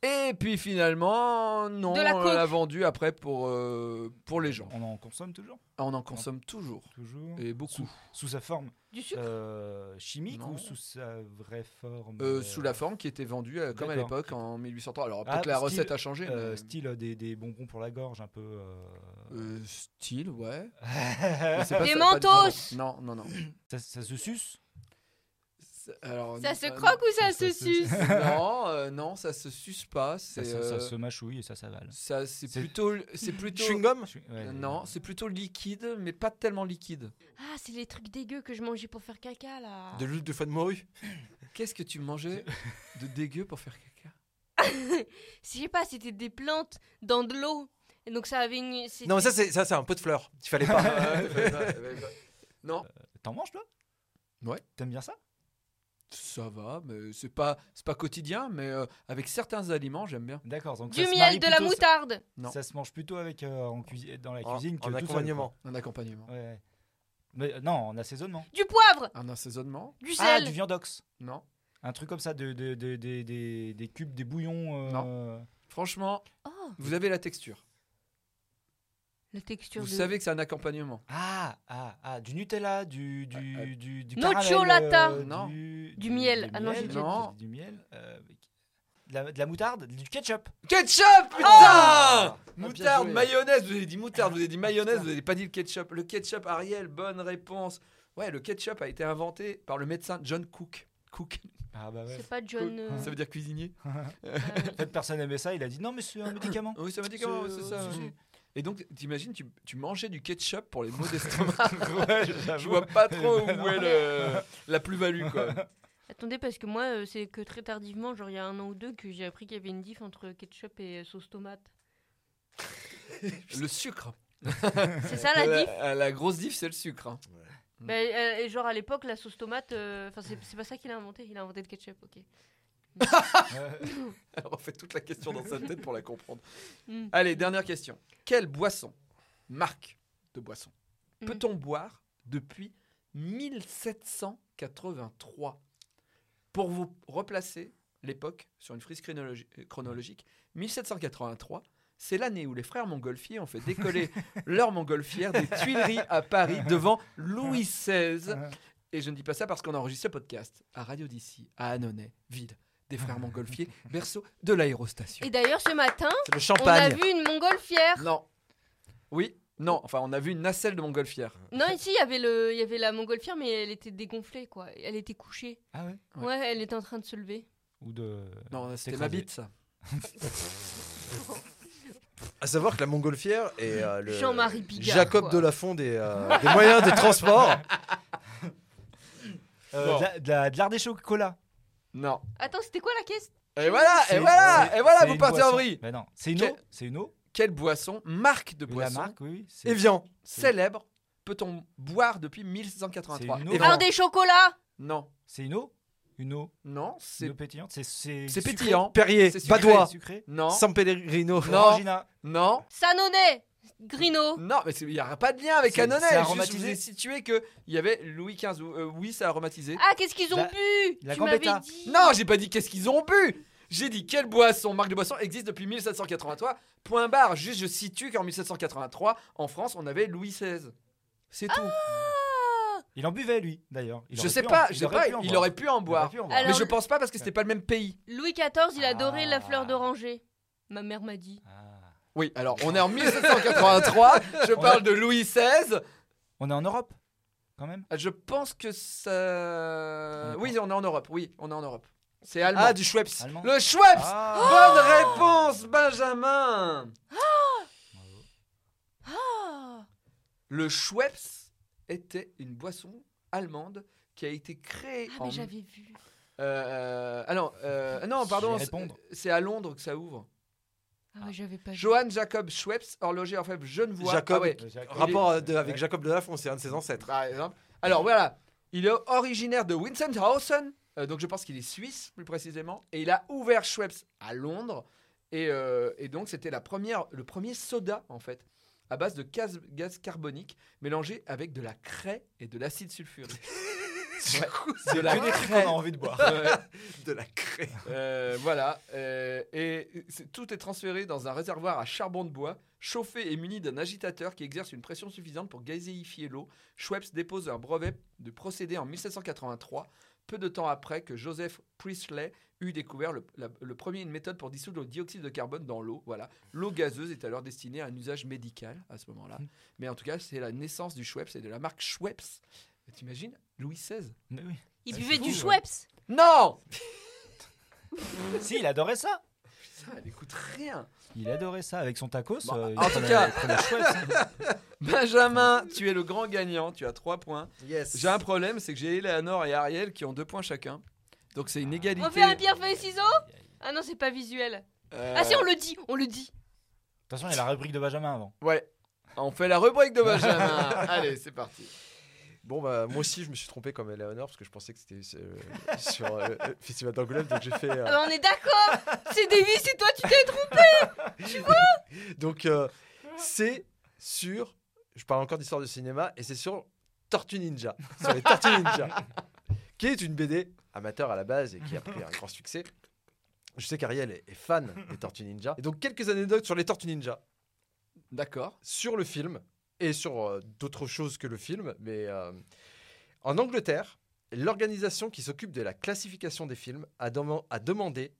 Speaker 2: Et puis finalement, non,
Speaker 1: De la
Speaker 2: on
Speaker 1: coke.
Speaker 2: l'a vendu après pour, euh, pour les gens.
Speaker 3: On en consomme toujours
Speaker 2: ah, On en consomme toujours.
Speaker 3: Toujours.
Speaker 2: Et beaucoup.
Speaker 3: Sous, sous sa forme
Speaker 1: Du sucre
Speaker 3: euh, chimique
Speaker 2: Non.
Speaker 3: ou sous sa vraie forme
Speaker 2: Euh,
Speaker 3: euh,
Speaker 2: sous la forme qui était vendue euh, comme à
Speaker 3: D'accord.
Speaker 2: l'époque en 1830. Alors
Speaker 3: Ah,
Speaker 2: peut-être la
Speaker 3: style,
Speaker 2: recette a changé.
Speaker 3: euh,
Speaker 2: mais-
Speaker 3: Style euh, des, des bonbons pour la gorge, un peu. euh,
Speaker 2: Euh, style, ouais. Mais c'est pas
Speaker 1: Des
Speaker 2: ça, pas
Speaker 1: mentos.
Speaker 2: Non, non, non.
Speaker 3: ça, ça se suce
Speaker 2: C'est- Alors,
Speaker 1: Ça se
Speaker 2: euh,
Speaker 1: croque ou ça,
Speaker 3: ça
Speaker 1: se
Speaker 3: se-
Speaker 1: suce
Speaker 2: Non, euh, non, ça se suce pas.
Speaker 3: Ça,
Speaker 2: C'est
Speaker 3: se-
Speaker 2: euh,
Speaker 3: ça se mâchouille et ça s'avale.
Speaker 2: ça, c'est
Speaker 3: c'est-
Speaker 2: plutôt, c'est plutôt.
Speaker 4: Chewing-gum
Speaker 3: Je suis-
Speaker 2: Euh,
Speaker 3: ouais,
Speaker 2: Non, c'est plutôt liquide, mais pas tellement liquide.
Speaker 1: Ah, c'est les trucs dégueux que je mangeais pour faire caca là.
Speaker 4: De l'huile de foie de morue
Speaker 2: Qu'est-ce que tu mangeais de dégueu pour faire caca
Speaker 1: Je sais pas, c'était des plantes dans de l'eau. Et donc ça avait une. c'était-
Speaker 4: Non, mais ça, c'est ça, c'est un pot de fleurs. Il fallait pas.
Speaker 2: Non,
Speaker 3: T'en manges toi
Speaker 2: Ouais.
Speaker 3: T'aimes bien ça
Speaker 2: ça va, mais c'est pas, c'est pas quotidien, mais euh, avec certains aliments, j'aime bien.
Speaker 3: D'accord. Donc
Speaker 1: Du
Speaker 3: ça se
Speaker 1: miel,
Speaker 3: marie
Speaker 1: de la
Speaker 3: plutôt-
Speaker 1: moutarde
Speaker 2: Non.
Speaker 3: Ça se mange plutôt avec euh, en cuisi- dans la
Speaker 4: En-
Speaker 3: cuisine que
Speaker 4: en
Speaker 3: tout seul,
Speaker 4: accompagnement.
Speaker 3: quoi.
Speaker 2: Un accompagnement.
Speaker 3: Ouais, ouais. Mais euh, non, en assaisonnement.
Speaker 1: Du poivre
Speaker 2: Un assaisonnement
Speaker 1: Du
Speaker 3: Ah,
Speaker 1: sel
Speaker 3: du viandox.
Speaker 2: Non.
Speaker 3: Un truc comme ça, de, de- de- de- des- des cubes, des bouillons. euh,
Speaker 2: Franchement,
Speaker 1: Oh,
Speaker 2: vous avez la texture.
Speaker 1: la texture
Speaker 2: vous
Speaker 1: de.
Speaker 2: savez que c'est un accompagnement.
Speaker 3: Ah, ah, ah, du Nutella, du. du,
Speaker 2: Ah, ah.
Speaker 3: du, du
Speaker 1: Nocho
Speaker 3: caramel, euh,
Speaker 1: latte.
Speaker 2: Non.
Speaker 3: Du,
Speaker 1: Du miel.
Speaker 3: du
Speaker 1: Ah non, j'ai
Speaker 3: miel,
Speaker 2: déjà dit.
Speaker 3: Du miel. euh, avec- de, la, de la moutarde, du ketchup.
Speaker 2: Ketchup, putain
Speaker 4: Ah, bien
Speaker 2: Ah, Moutarde,
Speaker 4: joué. Ah,
Speaker 2: mayonnaise, vous avez dit moutarde, vous avez dit mayonnaise, vous avez pas dit le ketchup. Le ketchup, Ariel, bonne réponse. Ouais, le ketchup a été inventé par le médecin John Cook. Cook,
Speaker 3: Ah bah ouais.
Speaker 1: C'est pas John. euh,
Speaker 2: ça veut dire cuisinier.
Speaker 3: En fait, personne n'aimait ça. Il a dit non, mais c'est un médicament.
Speaker 2: Oui, ça m'a dit comment,
Speaker 3: C'est-
Speaker 2: c'est ça. hein.
Speaker 3: c'est-
Speaker 2: ouais. Et donc, t'imagines, tu, tu mangeais du ketchup pour les maux d'estomac.
Speaker 3: Ouais,
Speaker 2: Je
Speaker 3: j'avoue.
Speaker 2: vois pas trop où est le- la plus-value, quoi.
Speaker 1: Attendez, parce que moi, euh, c'est que très tardivement, genre il y a un an ou deux, que j'ai appris qu'il y avait une diff entre ketchup et euh, sauce tomate.
Speaker 2: Le sucre.
Speaker 1: C'est ça la diff
Speaker 2: la, Euh, la grosse diff, c'est le sucre. hein.
Speaker 1: Mais, euh, et genre à l'époque, la sauce tomate, euh, enfin c'est c'est pas ça qu'il a inventé, il a inventé le ketchup, ok.
Speaker 2: On fait toute la question dans sa tête pour la comprendre.
Speaker 1: Mm.
Speaker 2: Allez, dernière question. Quelle boisson, marque de boisson,
Speaker 1: Mm.
Speaker 2: peut-on boire depuis 1783 Pour vous replacer l'époque sur une frise chronologi- euh, chronologique, 1783, c'est l'année où les frères Montgolfier ont fait décoller leur montgolfière des Tuileries à Paris devant Louis XVI. Et je ne dis pas ça parce qu'on enregistre ce podcast à Radio d'ici, à Annonay, vide, des frères Montgolfier, berceau de l'aérostation.
Speaker 1: Et d'ailleurs, ce matin,
Speaker 4: C'est
Speaker 1: on
Speaker 4: le
Speaker 1: a
Speaker 4: champagne.
Speaker 1: vu une montgolfière.
Speaker 2: Non. Oui, non, enfin on a vu une nacelle de montgolfière.
Speaker 3: Euh,
Speaker 1: Non, ici, il y avait le, il y avait la montgolfière, mais elle était dégonflée, quoi. Elle était couchée.
Speaker 3: Ah ouais
Speaker 2: Ouais.
Speaker 1: Ouais, elle était en train de se lever.
Speaker 3: Ou de.
Speaker 2: Non, c'était ma
Speaker 3: T'écraser.
Speaker 2: bite ça.
Speaker 4: À savoir que la montgolfière est euh, le
Speaker 1: Jean-Marie Bigard,
Speaker 4: Jacob
Speaker 1: quoi.
Speaker 4: Delafond des, euh, des moyens de transport.
Speaker 3: Euh,
Speaker 2: Bon.
Speaker 3: de la- de la- de l'art des chocolats.
Speaker 2: Non.
Speaker 1: Attends, c'était quoi la caisse
Speaker 2: Et voilà, et
Speaker 3: C'est-
Speaker 2: voilà,
Speaker 3: c'est-
Speaker 2: et voilà,
Speaker 3: c'est
Speaker 2: vous
Speaker 3: une
Speaker 2: partez en
Speaker 3: boisson.
Speaker 2: vrille.
Speaker 3: Bah non, c'est une
Speaker 2: Quel-
Speaker 3: eau. C'est une eau.
Speaker 2: Quelle boisson, marque de
Speaker 3: Et La
Speaker 2: boisson, Eh
Speaker 3: marque, oui, oui. c'est-
Speaker 4: Evian.
Speaker 2: célèbre, peut-on boire depuis 1783
Speaker 3: C'est une
Speaker 2: Et
Speaker 3: autre-
Speaker 2: non,
Speaker 1: Alors des chocolats
Speaker 2: Eh ben, non,
Speaker 3: C'est une eau. Une eau.
Speaker 2: non,
Speaker 3: Une eau
Speaker 2: c'est
Speaker 3: pétillante. C'est c'est.
Speaker 2: c'est
Speaker 3: sucré,
Speaker 2: pétillant.
Speaker 4: Perrier.
Speaker 2: C'est sucré.
Speaker 4: Badois.
Speaker 3: Sucré.
Speaker 2: Non,
Speaker 4: San Pellegrino.
Speaker 2: non,
Speaker 3: Orangina.
Speaker 2: non,
Speaker 1: Sanonnet Grino
Speaker 2: non, mais c'est- il n'y aura pas de lien avec
Speaker 3: C'est-
Speaker 2: Annonay.
Speaker 3: c'est
Speaker 2: Juste, je
Speaker 3: aromatisé.
Speaker 2: vous ai situé qu'il y avait Louis XV. ou- euh, oui, ça a aromatisé.
Speaker 1: Ah, qu'est-ce qu'ils ont
Speaker 3: La-
Speaker 1: bu
Speaker 3: la
Speaker 1: Tu m'avais
Speaker 3: Gambetta.
Speaker 1: dit
Speaker 2: Non, j'ai pas dit qu'est-ce qu'ils ont bu. J'ai dit quelle boisson, marque de boisson, existe depuis 1783. Point barre. Juste, je situe qu'en 1783, en France, on avait Louis XVI. C'est tout.
Speaker 3: Il en buvait lui, d'ailleurs. Il
Speaker 2: je
Speaker 3: aurait
Speaker 2: sais
Speaker 3: pu en-
Speaker 2: pas, je sais pas.
Speaker 3: pu en
Speaker 2: Il
Speaker 3: boire.
Speaker 2: aurait pu en
Speaker 3: Il aurait
Speaker 2: boire.
Speaker 3: pu en
Speaker 2: Mais
Speaker 1: Alors-
Speaker 2: je pense pas parce que c'était pas le même pays.
Speaker 1: Louis XIV, il adorait la
Speaker 3: Ah.
Speaker 1: fleur d'oranger. Ma mère m'a dit.
Speaker 3: Ah.
Speaker 2: Oui, alors on est en 1783. je parle de Louis XVI.
Speaker 3: On est en Europe, quand même.
Speaker 2: Je pense que ça. Oui, on est en Europe. Oui, on est en Europe. C'est allemand.
Speaker 4: Ah, du Schweppes.
Speaker 3: Allemand.
Speaker 2: Le Schweppes.
Speaker 3: Ah.
Speaker 2: Bonne réponse, Benjamin.
Speaker 1: Ah
Speaker 2: Le Schweppes était une boisson allemande qui a été créée
Speaker 1: Ah,
Speaker 2: en.
Speaker 1: mais j'avais vu.
Speaker 2: Euh, ah non, euh, non, pardon,
Speaker 3: vais
Speaker 2: c'est-
Speaker 3: répondre.
Speaker 2: c'est à Londres que ça ouvre.
Speaker 1: Ah, ouais, j'avais pas vu.
Speaker 2: Johann Jacob Schweppes, horloger en faible genevois.
Speaker 4: Jacob.
Speaker 2: Ah ouais.
Speaker 4: Rapport euh, de- avec Jacob Delafond, c'est un de ses ancêtres.
Speaker 2: Par exemple. Alors voilà, il est originaire de Winsenthausen, euh, donc je pense qu'il est suisse plus précisément, et il a ouvert Schweppes à Londres, et, euh, et donc c'était la première, le premier soda en fait, à base de gaz, gaz carbonique mélangé avec de la craie et de l'acide sulfurique. Ouais, de la
Speaker 3: Que des trucs qu'on
Speaker 2: craie.
Speaker 3: a envie de boire.
Speaker 2: Ouais.
Speaker 4: De la craie.
Speaker 2: Euh, voilà, euh, et c'est- tout est transféré dans un réservoir à charbon de bois, chauffé et muni d'un agitateur qui exerce une pression suffisante pour gazéifier l'eau. Schweppes dépose un brevet de procédé en 1783, peu de temps après que Joseph Priestley eut découvert le, la- le premier une méthode pour dissoudre le dioxyde de carbone dans l'eau. Voilà, l'eau gazeuse est alors destinée à un usage médical à ce moment-là.
Speaker 4: Hum.
Speaker 2: Mais en tout cas, c'est la naissance du Schweppes et de la marque Schweppes. T'imagines Louis XVI
Speaker 3: Mais oui.
Speaker 1: Il
Speaker 3: C'est
Speaker 1: buvait
Speaker 3: fou,
Speaker 1: du
Speaker 3: ouais.
Speaker 1: Schweppes
Speaker 2: Non
Speaker 3: Si, il adorait ça.
Speaker 2: Putain, elle écoute rien
Speaker 3: Il adorait ça avec son tacos.
Speaker 2: Bon,
Speaker 3: euh, il
Speaker 2: en tout
Speaker 3: prenait-
Speaker 2: cas-
Speaker 3: il prenait Schweppes, hein.
Speaker 2: Benjamin, tu es le grand gagnant, tu as 3 points.
Speaker 4: Yes.
Speaker 2: J'ai un problème, c'est que j'ai Eleanor et Ariel qui ont 2 points chacun. Donc c'est une égalité.
Speaker 1: On fait un pire fait ciseaux Ah non, c'est pas visuel.
Speaker 2: Euh,
Speaker 1: Ah si, on le dit, on le dit.
Speaker 3: Attention, il y a la rubrique de Benjamin avant.
Speaker 4: Ah,
Speaker 2: Ouais. On fait la rubrique de Benjamin. Allez, c'est parti.
Speaker 4: Bon, bah, moi aussi, je me suis trompé comme Eleanor parce que je pensais que c'était euh, sur euh, le Festival d'Angoulême, donc j'ai fait. euh,
Speaker 1: Ah, bah, on est d'accord C'est Davis et toi, tu t'es trompé
Speaker 4: Donc, euh, c'est sur. Je parle encore d'histoire de cinéma et c'est sur Tortue Ninja. Sur les Tortues Ninja. qui est une BD amateur à la base et qui a pris un grand succès. Je sais qu'Ariel est, est fan des Tortues Ninja. Et donc, quelques anecdotes sur les Tortues Ninja,
Speaker 2: D'accord.
Speaker 4: sur le film et sur euh, d'autres choses que le film. Mais euh, en Angleterre, l'organisation qui s'occupe de la classification des films a, deman- a demandé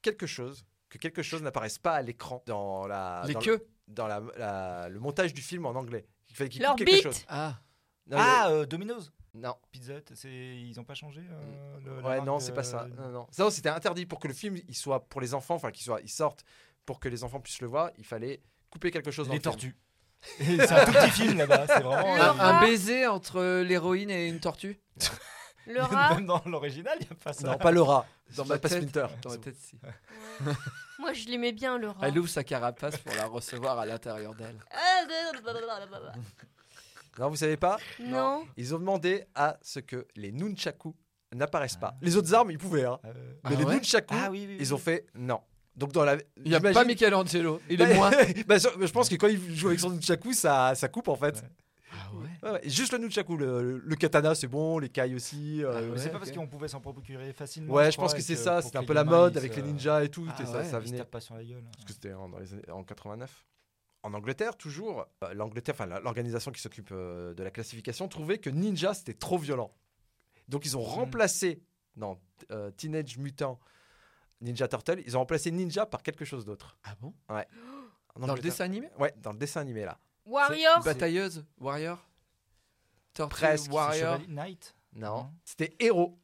Speaker 4: quelque chose, que quelque chose n'apparaisse pas à l'écran dans la.
Speaker 2: Les
Speaker 4: dans le-
Speaker 2: queues.
Speaker 4: dans la, la- le montage du film en anglais. Il fallait qu'il
Speaker 1: Leur
Speaker 4: coupe quelque
Speaker 1: beat.
Speaker 4: chose.
Speaker 2: Ah.
Speaker 4: Non,
Speaker 3: ah, euh, Domino's.
Speaker 4: il- non,
Speaker 3: Pizza Hut, c'est- ils ont pas changé euh, le- la
Speaker 4: ouais,
Speaker 3: marque
Speaker 4: non,
Speaker 3: de-
Speaker 4: c'est pas ça. Non, non. Ça, c'était interdit pour que le film il soit pour les enfants, enfin qu'il soit, il sorte pour que les enfants puissent le voir. Il fallait couper quelque chose. dans
Speaker 3: Les
Speaker 4: le film.
Speaker 3: tortues. c'est un tout petit film là-bas, c'est vraiment.
Speaker 1: Le
Speaker 3: euh,
Speaker 1: rat.
Speaker 2: Un baiser entre l'héroïne et une tortue.
Speaker 1: Le rat,
Speaker 3: Même dans l'original, il n'y a pas ça.
Speaker 4: Non, pas le rat.
Speaker 2: Dans
Speaker 4: Ça
Speaker 2: ma
Speaker 4: passe
Speaker 2: tête.
Speaker 4: Splinter.
Speaker 2: Dans ma tête, si.
Speaker 1: moi je l'aimais bien le rat.
Speaker 2: Elle ouvre sa carapace pour la recevoir à l'intérieur d'elle.
Speaker 1: Ah, blablabla.
Speaker 4: Non, vous savez pas
Speaker 1: Non.
Speaker 4: Ils ont demandé à ce que les nunchaku n'apparaissent pas. Les autres armes, ils pouvaient, hein.
Speaker 3: Euh,
Speaker 2: Ah
Speaker 4: Mais les
Speaker 2: ouais
Speaker 4: nunchaku,
Speaker 3: Ah oui, oui, oui.
Speaker 4: ils ont fait non. Donc dans la.
Speaker 2: Il n'y a pas
Speaker 4: j'imagine-
Speaker 2: Michelangelo, il est moins.
Speaker 4: Bah, sur- je pense que quand il joue avec son nunchaku, ça, ça coupe en fait.
Speaker 2: Ah ouais
Speaker 4: Ouais, ouais. Juste le nunchaku, le, le- le katana c'est bon, les kai aussi. euh,
Speaker 2: Ah
Speaker 3: mais
Speaker 2: ouais,
Speaker 3: c'est pas
Speaker 2: ok.
Speaker 3: parce qu'on pouvait s'en procurer facilement.
Speaker 4: Ouais, je pense
Speaker 3: Ah, crois,
Speaker 4: que
Speaker 3: et
Speaker 4: c'est ça,
Speaker 3: pour
Speaker 4: c'était un
Speaker 3: que
Speaker 4: peu la
Speaker 3: gamin,
Speaker 4: mode
Speaker 3: il
Speaker 4: avec
Speaker 3: se-
Speaker 4: les ninjas et tout,
Speaker 3: Ah
Speaker 4: et ça,
Speaker 3: ouais,
Speaker 4: ça
Speaker 3: il se
Speaker 4: venait.
Speaker 3: tape pas sur la gueule. hein.
Speaker 4: Parce que c'était en, dans les années- en 89. En Angleterre, toujours, euh, l'Angleterre, enfin la- l'organisation qui s'occupe euh, de la classification trouvait que ninja c'était trop violent. Donc ils ont
Speaker 2: Hmm.
Speaker 4: remplacé dans euh, Teenage Mutant Ninja Turtle, ils ont remplacé ninja par quelque chose d'autre.
Speaker 2: Ah bon
Speaker 4: En
Speaker 2: Dans le
Speaker 4: Angleterre.
Speaker 2: dessin animé
Speaker 4: Ouais, dans le dessin animé là.
Speaker 1: Warrior,
Speaker 2: Batailleuse Warrior Tortue
Speaker 4: Presque, c'est
Speaker 2: Warrior
Speaker 3: Chevalier Knight.
Speaker 4: Non,
Speaker 3: Non.
Speaker 4: c'était héros.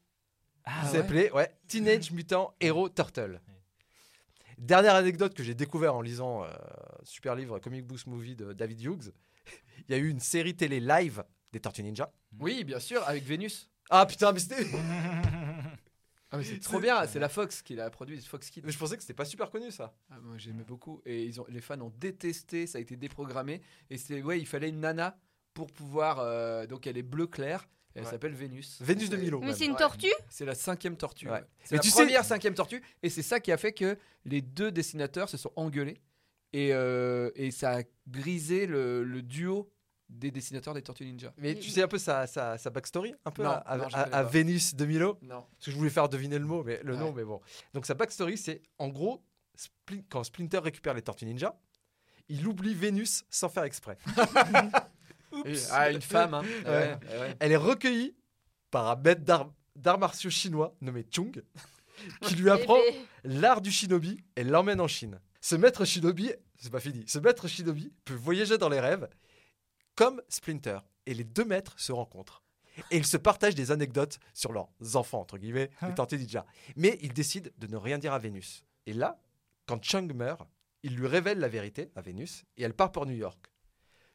Speaker 3: Ah
Speaker 4: Ça
Speaker 3: ouais.
Speaker 4: s'appelait ouais,
Speaker 2: Hmm.
Speaker 4: Teenage Mutant Hero Turtle. Dernière anecdote que j'ai découvert en lisant euh, super livre Comic Books Movie de David Hughes. Il y a eu une série télé live des Tortues Ninja.
Speaker 2: Oui, bien sûr, avec Vénus.
Speaker 4: Ah putain, mais c'était.
Speaker 2: Ah mais c'est trop bien, c'est la Fox qui l'a produite, Fox Kids.
Speaker 4: Mais je pensais que c'était pas super connu ça.
Speaker 2: Ah, moi j'aimais beaucoup et ils ont, les fans ont détesté, ça a été déprogrammé et c'est ouais il fallait une nana pour pouvoir euh, donc elle est bleu clair, et elle
Speaker 4: Ouais.
Speaker 2: s'appelle Vénus.
Speaker 4: Vénus de Milo.
Speaker 1: mais
Speaker 4: même.
Speaker 1: c'est une
Speaker 2: Ouais.
Speaker 1: tortue
Speaker 2: C'est la cinquième tortue.
Speaker 4: Ouais.
Speaker 2: ouais. C'est
Speaker 4: Mais
Speaker 2: la
Speaker 4: tu sais-
Speaker 2: première cinquième tortue et c'est ça qui a fait que les deux dessinateurs se sont engueulés et, euh, et ça a brisé le, le duo des dessinateurs des Tortues Ninja.
Speaker 4: Mais tu sais un peu sa, sa, sa backstory un peu
Speaker 2: Non,
Speaker 4: à, à-
Speaker 2: non, je
Speaker 4: à-
Speaker 2: connais
Speaker 4: à
Speaker 2: pas.
Speaker 4: Vénus de Milo
Speaker 2: Non.
Speaker 4: Parce que je voulais faire deviner le mot, mais le
Speaker 2: Ouais.
Speaker 4: nom, mais bon. Donc sa backstory, c'est en gros, Splin- quand Splinter récupère les Tortues Ninja, il oublie Vénus sans faire exprès.
Speaker 2: Ah une femme. Hein. Ouais,
Speaker 4: Ouais.
Speaker 2: ouais, ouais.
Speaker 4: Elle est recueillie par un maître d'arts d'arts martiaux chinois nommé Chung, qui lui apprend
Speaker 1: Eh ben,
Speaker 4: l'art du shinobi et l'emmène en Chine. Ce maître shinobi, c'est pas fini, ce maître shinobi peut voyager dans les rêves comme Splinter. Et les deux maîtres se rencontrent. Et ils se partagent des anecdotes sur leurs enfants, entre guillemets, les tentés ninja. Mais ils décident de ne rien dire à Vénus. Et là, quand Chung meurt, il lui révèle la vérité à Vénus et elle part pour New York.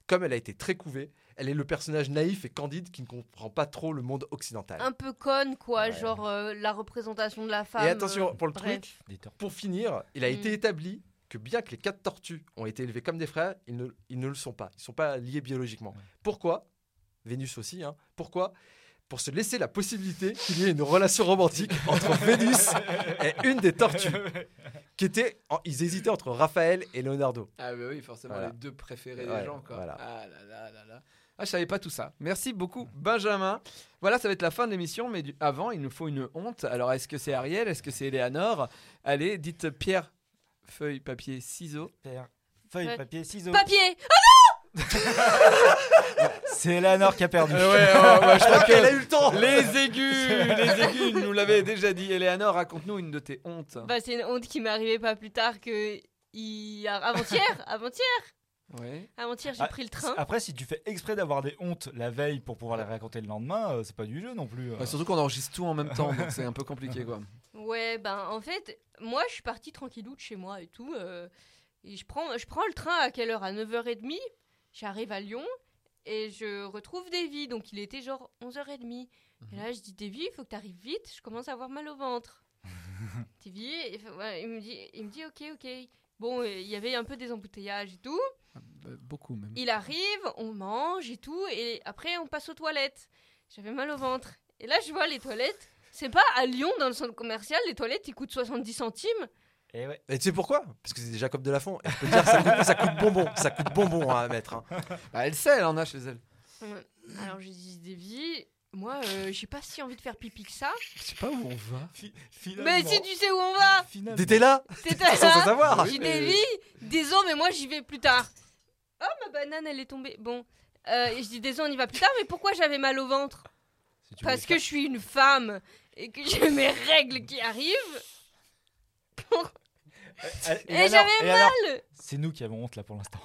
Speaker 4: Comme elle a été très couvée, elle est le personnage naïf et candide qui ne comprend pas trop le monde occidental.
Speaker 1: Un peu conne quoi,
Speaker 4: Ouais.
Speaker 1: genre euh, la représentation de la femme.
Speaker 4: Et attention,
Speaker 1: euh,
Speaker 4: pour le
Speaker 1: bref.
Speaker 4: truc,
Speaker 3: Des tortues.
Speaker 4: pour finir, il a
Speaker 1: Mm.
Speaker 4: été établi que bien que les quatre tortues ont été élevées comme des frères, ils ne, ils ne le sont pas. Ils ne sont pas liés biologiquement. Pourquoi Vénus aussi, hein. Pourquoi Pour se laisser la possibilité qu'il y ait une relation romantique entre Vénus et une des tortues. Qui était, en- ils hésitaient entre Raphaël et Leonardo.
Speaker 2: Ah bah oui, forcément,
Speaker 4: Voilà.
Speaker 2: les deux préférés
Speaker 4: Ouais,
Speaker 2: des gens. Quoi.
Speaker 4: voilà.
Speaker 2: Ah là là là là. Ah, je savais pas tout ça. Merci beaucoup, Benjamin. Voilà, ça va être la fin de l'émission, mais du- avant, il nous faut une honte. Alors, est-ce que c'est Ariel Est-ce que c'est Eleanor Allez, dites pierre, feuille, papier, ciseaux.
Speaker 3: Père. Feuille,
Speaker 1: Ouais.
Speaker 3: papier, ciseaux.
Speaker 1: Papier
Speaker 3: C'est Eleanor qui a perdu.
Speaker 4: Ah
Speaker 2: je crois
Speaker 4: Elle a eu le temps
Speaker 2: Les aigus Les aigus, il nous l'avait déjà dit. Eleanor, raconte-nous une de tes hontes.
Speaker 1: Bah, c'est une honte qui m'est arrivée pas plus tard que hier, avant-hier, avant-hier,
Speaker 2: Ouais.
Speaker 1: avant-hier, j'ai
Speaker 3: Ah,
Speaker 1: pris le train.
Speaker 3: Après, si tu fais exprès d'avoir des hontes la veille pour pouvoir les raconter le lendemain, euh, c'est pas du jeu non plus. euh.
Speaker 4: Ah,
Speaker 2: Bah, surtout qu'on enregistre tout en même temps, donc c'est un peu compliqué, quoi.
Speaker 1: Ouais, ben en fait, moi je suis partie tranquillou de chez moi et tout. euh, et je prends, je prends le train à quelle heure À 9h30. J'arrive à Lyon et je retrouve Davy. Donc il était genre 11h30. Et là je dis Davy, il faut que tu arrives vite, je commence à avoir mal au ventre. Davy, il, fait- ouais, il me dit, il me dit ok, ok. Bon, euh, il y avait un peu des embouteillages et tout.
Speaker 2: Bah, beaucoup, même.
Speaker 1: Il arrive, on mange et tout, et après on passe aux toilettes. J'avais mal au ventre. Et là, je vois les toilettes. C'est pas à Lyon, dans le centre commercial, les toilettes, ils coûtent 70 centimes.
Speaker 3: Et Eh ouais.
Speaker 4: Et tu sais pourquoi Parce que c'est Jacob Delafont. Et je peux te dire, ça coûte, ça coûte bonbon. Ça coûte bonbon hein, à mettre. hein.
Speaker 2: Bah, elle sait, elle en a chez elle.
Speaker 1: Euh, Alors j'ai dit, Davy, moi, euh, j'ai pas si envie de faire pipi que ça.
Speaker 2: Je sais pas où on va.
Speaker 1: Mais si tu sais où on va
Speaker 2: euh,
Speaker 3: Finalement.
Speaker 4: T'étais là
Speaker 1: C'était là
Speaker 4: Sans en savoir
Speaker 1: J'ai dit, Davy, désolé, mais moi, j'y vais plus tard. Oh, ma banane, elle est tombée. Bon. Euh, et je dis, désolé, on y va plus tard, mais pourquoi j'avais mal au ventre
Speaker 3: Si tu
Speaker 1: Parce
Speaker 3: voulais
Speaker 1: que je suis une femme et que j'ai mes règles qui arrivent.
Speaker 3: faire- Eh,
Speaker 1: Et
Speaker 3: Eleanor,
Speaker 1: j'avais
Speaker 3: Eleanor,
Speaker 1: mal.
Speaker 2: Ah
Speaker 3: C'est nous qui avons honte là pour l'instant.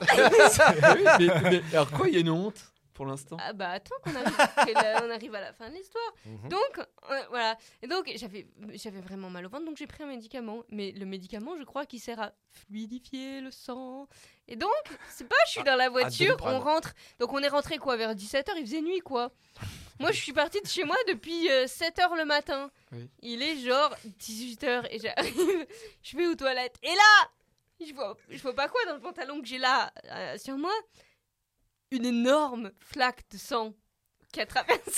Speaker 2: mais, mais- alors quoi, il y a une honte pour l'instant.
Speaker 1: Ah bah attends qu'on arrive, que là, on arrive à la fin de l'histoire.
Speaker 4: Mhm.
Speaker 1: Donc euh, voilà. Et donc j'avais j'avais vraiment mal au ventre, donc j'ai pris un médicament. Mais le médicament, je crois qu'il sert à fluidifier le sang. Et donc, c'est pas, je suis dans la voiture,
Speaker 4: Doliprane.
Speaker 1: on rentre. Donc on est rentré quoi vers 17h, il faisait nuit quoi. Moi, je suis partie de chez moi depuis 7h le matin.
Speaker 2: Oui.
Speaker 1: Il est genre 18h et j'arrive, je vais aux toilettes. Et là, je vois, je vois pas quoi dans le pantalon que j'ai là euh, sur moi une énorme flaque de sang qui a traversé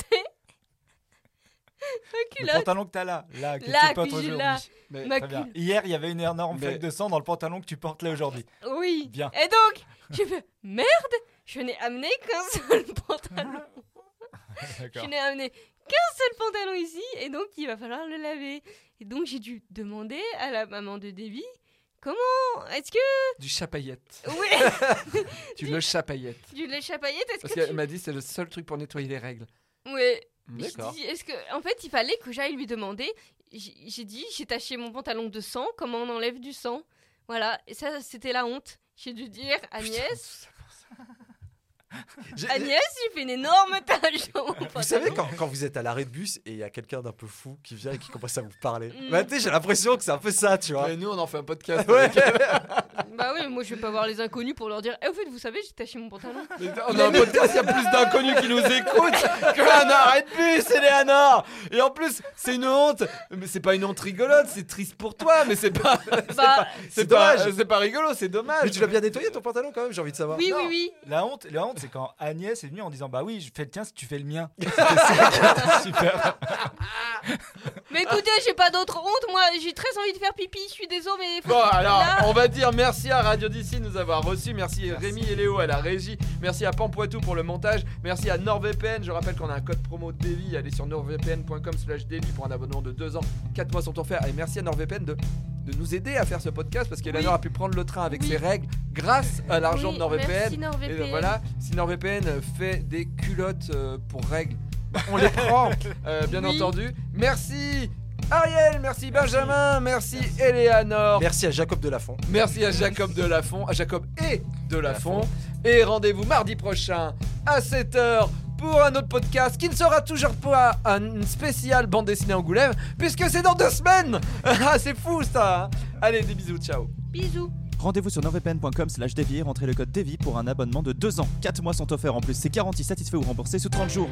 Speaker 1: ma
Speaker 3: Le
Speaker 1: culotte.
Speaker 3: pantalon que t'as là, là, que
Speaker 1: Là,
Speaker 3: tu portes
Speaker 1: que j'ai là.
Speaker 3: aujourd'hui.
Speaker 2: Mais
Speaker 1: Ma
Speaker 3: Très bien.
Speaker 1: culotte.
Speaker 3: Hier, il y avait une énorme
Speaker 2: Mais-
Speaker 3: flaque de sang dans le pantalon que tu portes là aujourd'hui.
Speaker 1: Oui.
Speaker 3: Bien.
Speaker 1: Et donc, j'ai fait merde, je n'ai amené qu'un seul pantalon. je
Speaker 3: D'accord.
Speaker 1: n'ai amené qu'un seul pantalon ici et donc il va falloir le laver. Et donc j'ai dû demander à la maman de Davy comment est-ce que
Speaker 2: du chapaillette.
Speaker 1: oui,
Speaker 2: Tu le chapaillette.
Speaker 1: du lait chapaillette, est-ce
Speaker 2: Parce
Speaker 1: que
Speaker 2: qu'elle
Speaker 1: tu...
Speaker 2: m'a dit c'est le seul truc pour nettoyer les règles.
Speaker 1: Ouais.
Speaker 2: D'accord.
Speaker 1: Je dis, est-ce que, en fait, il fallait que j'aille lui demander. J'ai j'ai dit, j'ai taché mon pantalon de sang. Comment on enlève du sang Voilà. Et ça, c'était la honte. J'ai dû dire, Agnès,
Speaker 4: J'ai-
Speaker 1: Agnès, j'ai fait une énorme tache dans mon pantalon.
Speaker 4: Vous savez, quand, quand vous êtes à l'arrêt de bus et il y a quelqu'un d'un peu fou qui vient et qui commence à vous parler,
Speaker 1: Mm.
Speaker 4: bah, tu sais, j'ai l'impression que c'est un peu ça, tu vois.
Speaker 2: Mais nous on en fait un podcast.
Speaker 4: Ouais.
Speaker 2: avec-
Speaker 1: Bah oui, moi, je vais pas voir les inconnus pour leur dire. Eh, au fait, vous savez, j'ai taché mon pantalon.
Speaker 2: Mais On a un podcast, il y a plus d'inconnus qui nous écoutent qu'un arrêt de bus, Eleanor Et en plus, c'est une honte Mais c'est pas une honte rigolote, c'est triste pour toi, mais c'est pas.
Speaker 1: bah
Speaker 2: C'est
Speaker 4: C'est
Speaker 2: pas, euh,
Speaker 4: dommage.
Speaker 2: c'est pas rigolo, c'est dommage.
Speaker 4: Mais tu l'as bien nettoyé ton pantalon quand même, j'ai envie de savoir.
Speaker 1: oui, oui,
Speaker 4: Non.
Speaker 1: oui.
Speaker 3: La honte, la honte, c'est quand Agnès est venue en disant Bah oui, je fais le tien si tu fais le mien. C'était ça, super.
Speaker 1: Mais écoutez, j'ai pas d'autre honte. Moi, j'ai très envie de faire pipi. Je suis désolée. Mais...
Speaker 2: Bon, alors,
Speaker 1: Là.
Speaker 2: on va dire merci à Radio d'ici de nous avoir reçus. Merci, Rémi et Léo à la régie. Merci à Pampoitou pour le montage. Merci à NordVPN. Je rappelle qu'on a un code promo Davy. Allez sur nordvpn.com/slash Davy pour un abonnement de 2 ans. 4 mois sont offerts. Et merci à NordVPN de, de nous aider à faire ce podcast parce qu'Elanor a pu prendre le train avec
Speaker 1: Oui.
Speaker 2: ses règles grâce à l'argent
Speaker 1: Oui,
Speaker 2: de NordVPN.
Speaker 1: merci, NordVPN.
Speaker 2: Et donc, voilà, si NordVPN fait des culottes euh, pour règles, bah, on les prend, euh, bien
Speaker 1: Oui.
Speaker 2: entendu. Merci Ariel, merci Benjamin, merci, Eleanor,
Speaker 4: Merci à Jacob Delafont.
Speaker 2: merci à Jacob Delafont, à Jacob et Delafont. Et rendez-vous mardi prochain à 7h pour un autre podcast qui ne sera toujours pas un spécial bande dessinée Angoulême, puisque c'est dans deux semaines Ah, c'est fou ça hein. Allez, des bisous, ciao
Speaker 1: Bisous.
Speaker 5: Rendez-vous sur nordvpn.com slash Davy et rentrez le code Davy pour un abonnement de 2 ans. 4 mois sont offerts en plus, c'est garanti, satisfait ou remboursé sous 30 jours.